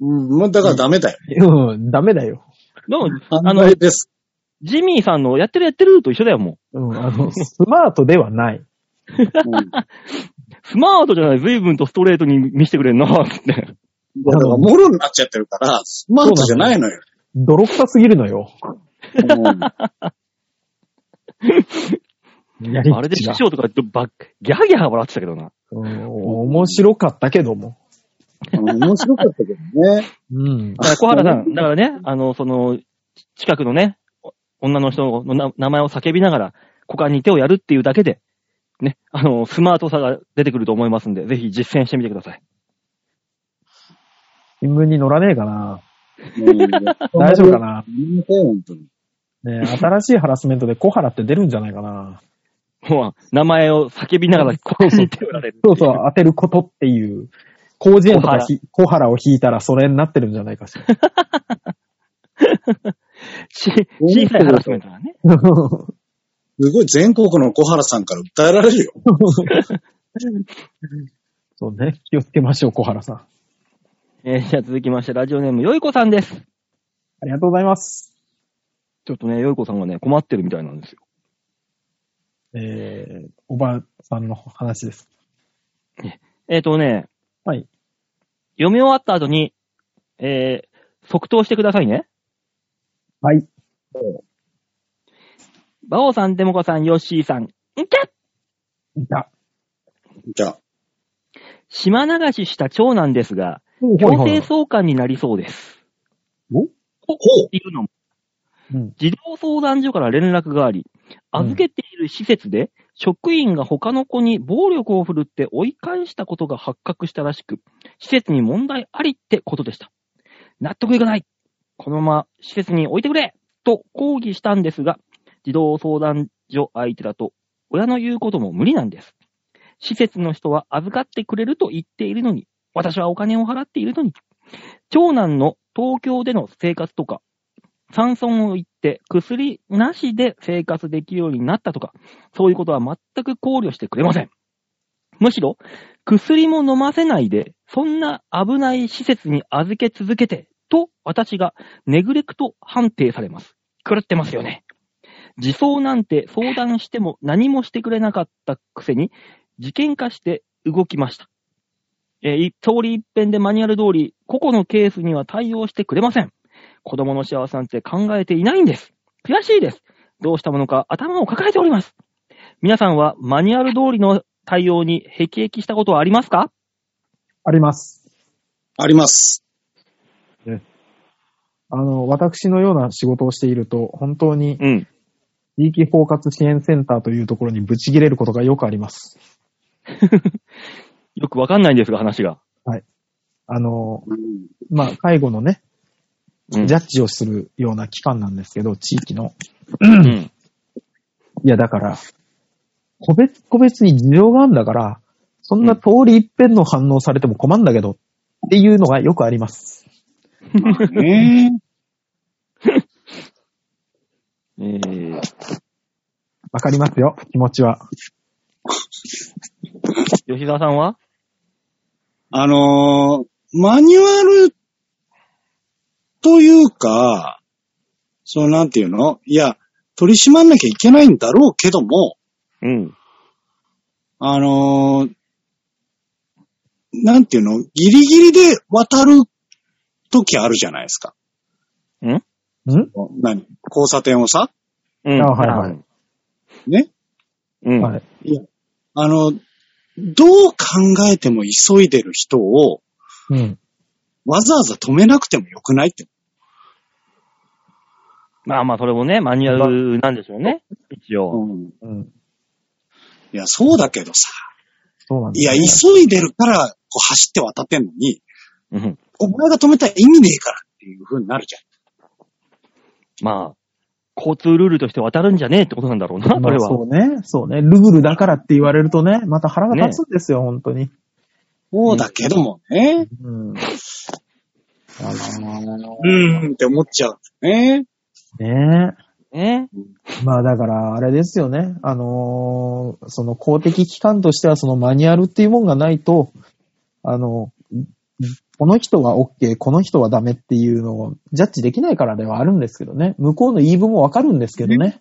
Speaker 4: うん、もうだからダメだよ。
Speaker 3: うん、ダメだよ。
Speaker 2: でも、あ
Speaker 4: 犯
Speaker 2: の
Speaker 4: 罪、です。
Speaker 2: ジミーさんのやってるやってると一緒だよ、も
Speaker 3: うん、あの、スマートではない。
Speaker 4: うん、だか
Speaker 2: う。スマートじゃない、随分とストレートに見せてくれんな、つって。
Speaker 4: ら、モロになっちゃってるから、スマートじゃないのよ。
Speaker 3: 泥臭すぎるのよ。
Speaker 4: うん
Speaker 3: やり口が
Speaker 2: あれで師匠とかどばっギャーギャー笑ってたけどな。
Speaker 3: うん面白かったけども。
Speaker 4: うん面白かったけどね。
Speaker 3: うん。
Speaker 2: だから小原さん、だからね、あの、その、近くのね、お女の人のな名前を叫びながら、股間に手をやるっていうだけで、ね、あの、スマートさが出てくると思いますんで、ぜひ実践してみてください。
Speaker 3: 新聞に載らねえかな。
Speaker 4: うん
Speaker 3: 大丈夫かな
Speaker 4: 本当に本当に。
Speaker 3: ねえ新しいハラスメントで小原って出るんじゃないかな。
Speaker 2: もう、名前を叫びながら股間に手をやられる。
Speaker 3: そうそう、当てることっていう。工事園とか
Speaker 2: 小
Speaker 3: ひ小原を引いたらそれになってるんじゃないか しら。
Speaker 2: ち小さいハラスメントだね。
Speaker 4: すごい全国の小原さんから訴えられるよ。
Speaker 3: そうね。気をつけましょう、小原さん。あ
Speaker 2: えーじゃあ続きまして、ラジオネーム、よいこさんです。
Speaker 3: りがとうございます。
Speaker 2: ちょっとね、よいこさんがね、困ってるみたいなんですよ。
Speaker 3: えー、おばあさんの話です。
Speaker 2: えっ、とね、
Speaker 3: はい。
Speaker 2: 読み終わった後に、えー、即答してくださいね。
Speaker 3: はい。
Speaker 2: バオさん、デモカさん、ヨッシーさん、んきゃ
Speaker 3: いた。
Speaker 4: じゃあ、
Speaker 2: 島流しした長男ですが、
Speaker 3: ほ
Speaker 2: 強制送還になりそうです。
Speaker 3: お
Speaker 2: というのも、
Speaker 3: うん
Speaker 2: 児童相談所から連絡があり、
Speaker 3: うん
Speaker 2: 預けている施設で、職員が他の子に暴力を振るって追い返したことが発覚したらしく、施設に問題ありってことでした。納得いかないこのまま施設に置いてくれと抗議したんですが、児童相談所相手だと親の言うことも無理なんです。施設の人は預かってくれると言っているのに、私はお金を払っているのに、長男の東京での生活とか、山村を行って薬なしで生活できるようになったとか、そういうことは全く考慮してくれません。むしろ、薬も飲ませないで、そんな危ない施設に預け続けて、と私がネグレクト判定されます。狂ってますよね。自走なんて相談しても何もしてくれなかったくせに、事件化して動きました。えーい通り一遍でマニュアル通り、個々のケースには対応してくれません。子供の幸せなんて考えていないんです。悔しいです。どうしたものか頭を抱えております。皆さんはマニュアル通りの対応に辟易したことはありますか
Speaker 3: あります。
Speaker 4: あります。
Speaker 3: あの、私のような仕事をしていると、本当に
Speaker 2: うん。
Speaker 3: 地域包括支援センターというところにブチ切れることがよくあります。
Speaker 2: よくわかんないんですが、話が。
Speaker 3: あの、まあ、介護のね、
Speaker 2: うん
Speaker 3: ジャッジをするような機関なんですけど、地域の。
Speaker 2: うん。
Speaker 3: いや、だから、個別個別に事情があるんだから、そんな通り一遍の反応されても困んだけど、っていうのがよくあります。
Speaker 4: まあね。
Speaker 2: えー、
Speaker 3: わかりますよ、気持ちは。
Speaker 2: 吉沢さんは
Speaker 4: あのーマニュアルというか、そのなんていうのいや、取り締まんなきゃいけないんだろうけども、
Speaker 2: うん。
Speaker 4: あのーなんていうのギリギリで渡る時あるじゃないですか。
Speaker 3: ん
Speaker 4: 何交差点をさ
Speaker 2: うん。。
Speaker 3: あはいはい
Speaker 4: ね
Speaker 2: うん。
Speaker 3: はい。
Speaker 4: あの、どう考えても急いでる人を
Speaker 3: うん。
Speaker 4: わざわざ止めなくてもよくないって。
Speaker 2: まあまあ、それもね、マニュアルなんでしょうね。一応。
Speaker 4: うん
Speaker 3: うん。
Speaker 4: いや、そうだけどさ。
Speaker 3: そうなんで
Speaker 4: い
Speaker 3: す
Speaker 4: や、
Speaker 3: ね
Speaker 4: 急いでるから、こう走って渡ってんのに、
Speaker 2: うん。
Speaker 4: お前が止めたら意味ねえからっていう風になるじゃん。
Speaker 2: まあ、交通ルールとして渡るんじゃねえってことなんだろうな、そ
Speaker 3: ま
Speaker 2: れ
Speaker 3: あ
Speaker 2: は。
Speaker 3: そうね。そうね。ルールだからって言われるとね、また腹が立つんですよ、本当に。
Speaker 4: そうだけどもね。
Speaker 3: うん。
Speaker 4: うーんって思っちゃうね。
Speaker 3: ね
Speaker 2: ね。
Speaker 3: え。まあだから、あれですよね。あのーその公的機関としてはそのマニュアルっていうもんがないと、あの、この人は OK、この人はダメっていうのをジャッジできないからではあるんですけどね。向こうの言い分もわかるんですけどね。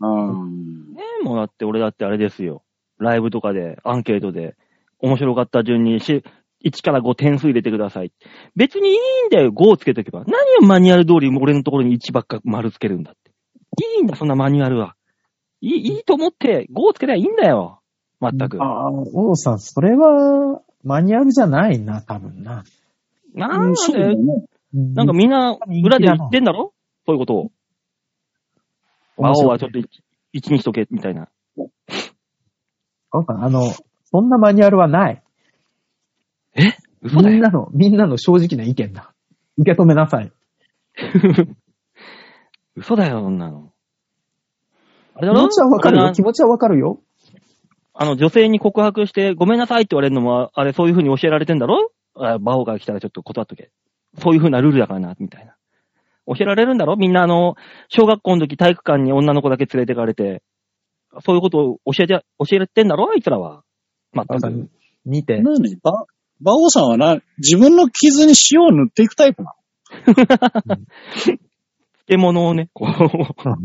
Speaker 4: うん。
Speaker 2: ねえ、もうだって俺だってあれですよ。ライブとかで、アンケートで、面白かった順にし、1から5点数入れてください。別にいいんだよ、5をつけとけば。何をマニュアル通り俺のところに1ばっか丸つけるんだって。いいんだ、そんなマニュアルは。いい、いいと思って、5をつけりゃいいんだよ。まったく。な
Speaker 3: ああ、王さん、それは、マニュアルじゃないな、多分
Speaker 2: ん
Speaker 3: な。
Speaker 4: そうだ
Speaker 2: で、
Speaker 4: ね。
Speaker 2: な
Speaker 3: な
Speaker 2: んかみんな裏で言ってんだろそういうことを。魔王はちょっと1にしとけ、みたいな。
Speaker 3: なんかあの、そんなマニュアルはない。
Speaker 2: 嘘だ
Speaker 3: みん
Speaker 2: よ。
Speaker 3: なの、みんなの正直な意見だ。受け止めなさい。
Speaker 2: 嘘だよ、そんなの。あれだ
Speaker 3: 気
Speaker 2: ろ
Speaker 3: 持ちはわかる
Speaker 2: あれ
Speaker 3: よ。
Speaker 2: な
Speaker 3: 気持ちはわかるよ。
Speaker 2: あの、女性に告白して、ごめんなさいって言われるのも、あれ、そういう風に教えられてんだろあ馬王が来たらちょっと断っとけ。そういう風なルールだからな、みたいな。教えられるんだろみんな、あの、小学校の時体育館に女の子だけ連れてかれて、そういうことを教えて、教えてんだろあいつらは。まった
Speaker 3: なんか
Speaker 2: く。
Speaker 3: 見て。
Speaker 4: なのに、ば、馬王さんはな、自分の傷に塩を塗っていくタイプな
Speaker 2: 漬物をね、 こう、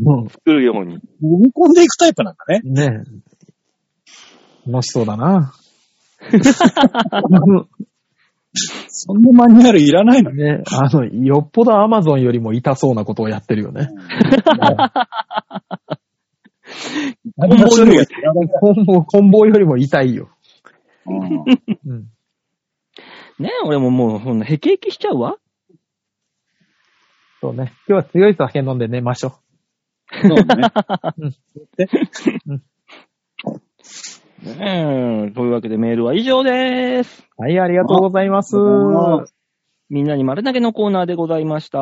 Speaker 3: も
Speaker 2: 作るように。
Speaker 4: の。飲み込んでいくタイプなんだね。
Speaker 3: う、ねえ。楽しそうだ な。
Speaker 4: そんなマニュアルいらないのに。
Speaker 3: ねあの、よっぽどアマゾンよりも痛そうなことをやってるよ ね。
Speaker 4: こんな種類がいらない
Speaker 3: コンボ、コンボよりも痛いよ。
Speaker 4: うん
Speaker 3: うん。
Speaker 2: ね俺ももう、そんな、へきへきしちゃうわ。
Speaker 3: そうね。今日は強い酒飲んで寝ましょ
Speaker 4: そうね。
Speaker 2: うーん。というわけでメールは以上でーす。
Speaker 3: う。はい、ありがとうございます。
Speaker 4: あ
Speaker 2: みんなに丸投げのコーナーでございました。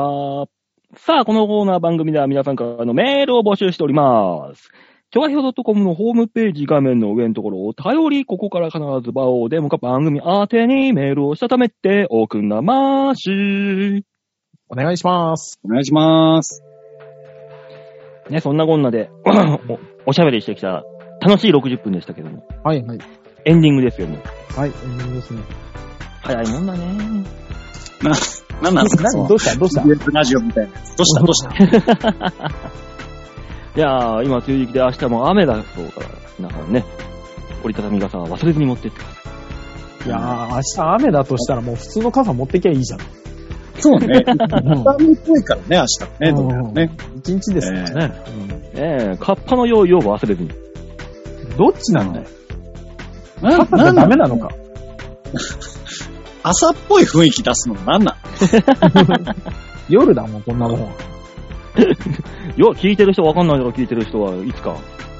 Speaker 2: さあ、このコーナー番組では皆さんからのメールを募集しております。ちょわひょ .com のホームページ画面の上のところを頼り、ここから必ず場をデモか番組宛てにメールをしたためておくんなまーし。
Speaker 3: お願いします。
Speaker 4: お願いします。
Speaker 2: ね、そんなこんなでお、おしゃべりしてきた楽しい60分でしたけども、
Speaker 3: はい、はい。
Speaker 2: エンディングですよね。
Speaker 3: はい、エンディングですね。
Speaker 2: 早いもんだね。
Speaker 4: 何なんですかその
Speaker 3: どうしたどうした
Speaker 4: TBS ラジオみたいなやつ。どうしたどうした
Speaker 2: いやー、今梅雨時期で明日も雨だそうから、なんかね、折りたたみ傘は忘れずに持ってってください。
Speaker 3: いやー、明日雨だとしたらもう普通の傘持ってきゃいいじ ゃん。
Speaker 4: そうね。
Speaker 3: うん
Speaker 4: 痛みっぽいからね、明日もね、どうやらね。
Speaker 3: 一日ですからね。
Speaker 2: ねえ、カッパの用意を忘れずに。
Speaker 3: うんどっちなんだよ。
Speaker 4: な
Speaker 3: パパじゃダメなの か。
Speaker 4: 朝っぽい雰囲気出すのもなんなん
Speaker 3: 夜だもん、こんなも
Speaker 2: い
Speaker 3: ん。
Speaker 2: や、聞いてる人わかんないだろ、聞いてる人はいつか。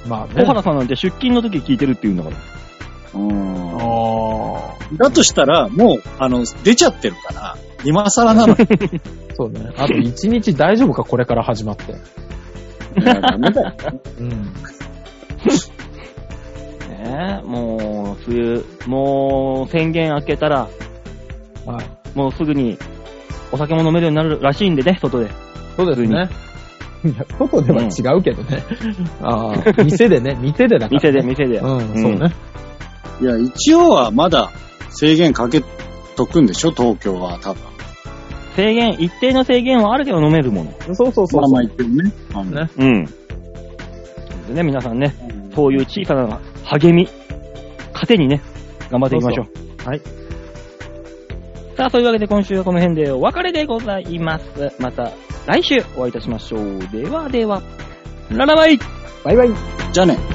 Speaker 3: まあ
Speaker 2: 小
Speaker 3: ね。
Speaker 2: 原さんなんて出勤の時聞いてるって言うんだから。
Speaker 4: うん
Speaker 3: あ
Speaker 4: だとしたら、もう、あの、出ちゃってるから、今更 なのに。
Speaker 3: あ。そうね。あと一日大丈夫か、これから始まって。
Speaker 4: いやダメだよ
Speaker 3: うん。
Speaker 2: ねえ、もう、冬、もう、宣言明けたら、
Speaker 3: はい。
Speaker 2: もうすぐに、お酒も飲めるようになるらしいんでね、外で。
Speaker 3: そうですね。いや、外では違うけどね。ああ、店でね、店でだから、
Speaker 2: 店 で、。店で。
Speaker 3: うん、そうね。
Speaker 4: いや、一応はまだ制限かけとくんでしょ東京は多分。
Speaker 2: 制限、一定の制限はあるけど飲めるもの。
Speaker 3: そうそうそう。
Speaker 4: まあまあ言ってるね。あの
Speaker 3: ね
Speaker 2: うん。でね、皆さんね、そういう小さな励み、糧にね、頑張っていきましょう。
Speaker 3: はい。
Speaker 2: さあ、そういうわけで今週はこの辺でお別れでございます。また来週お会いいたしましょう。ではでは、ララバイ
Speaker 3: バイバイ。
Speaker 4: じゃあね。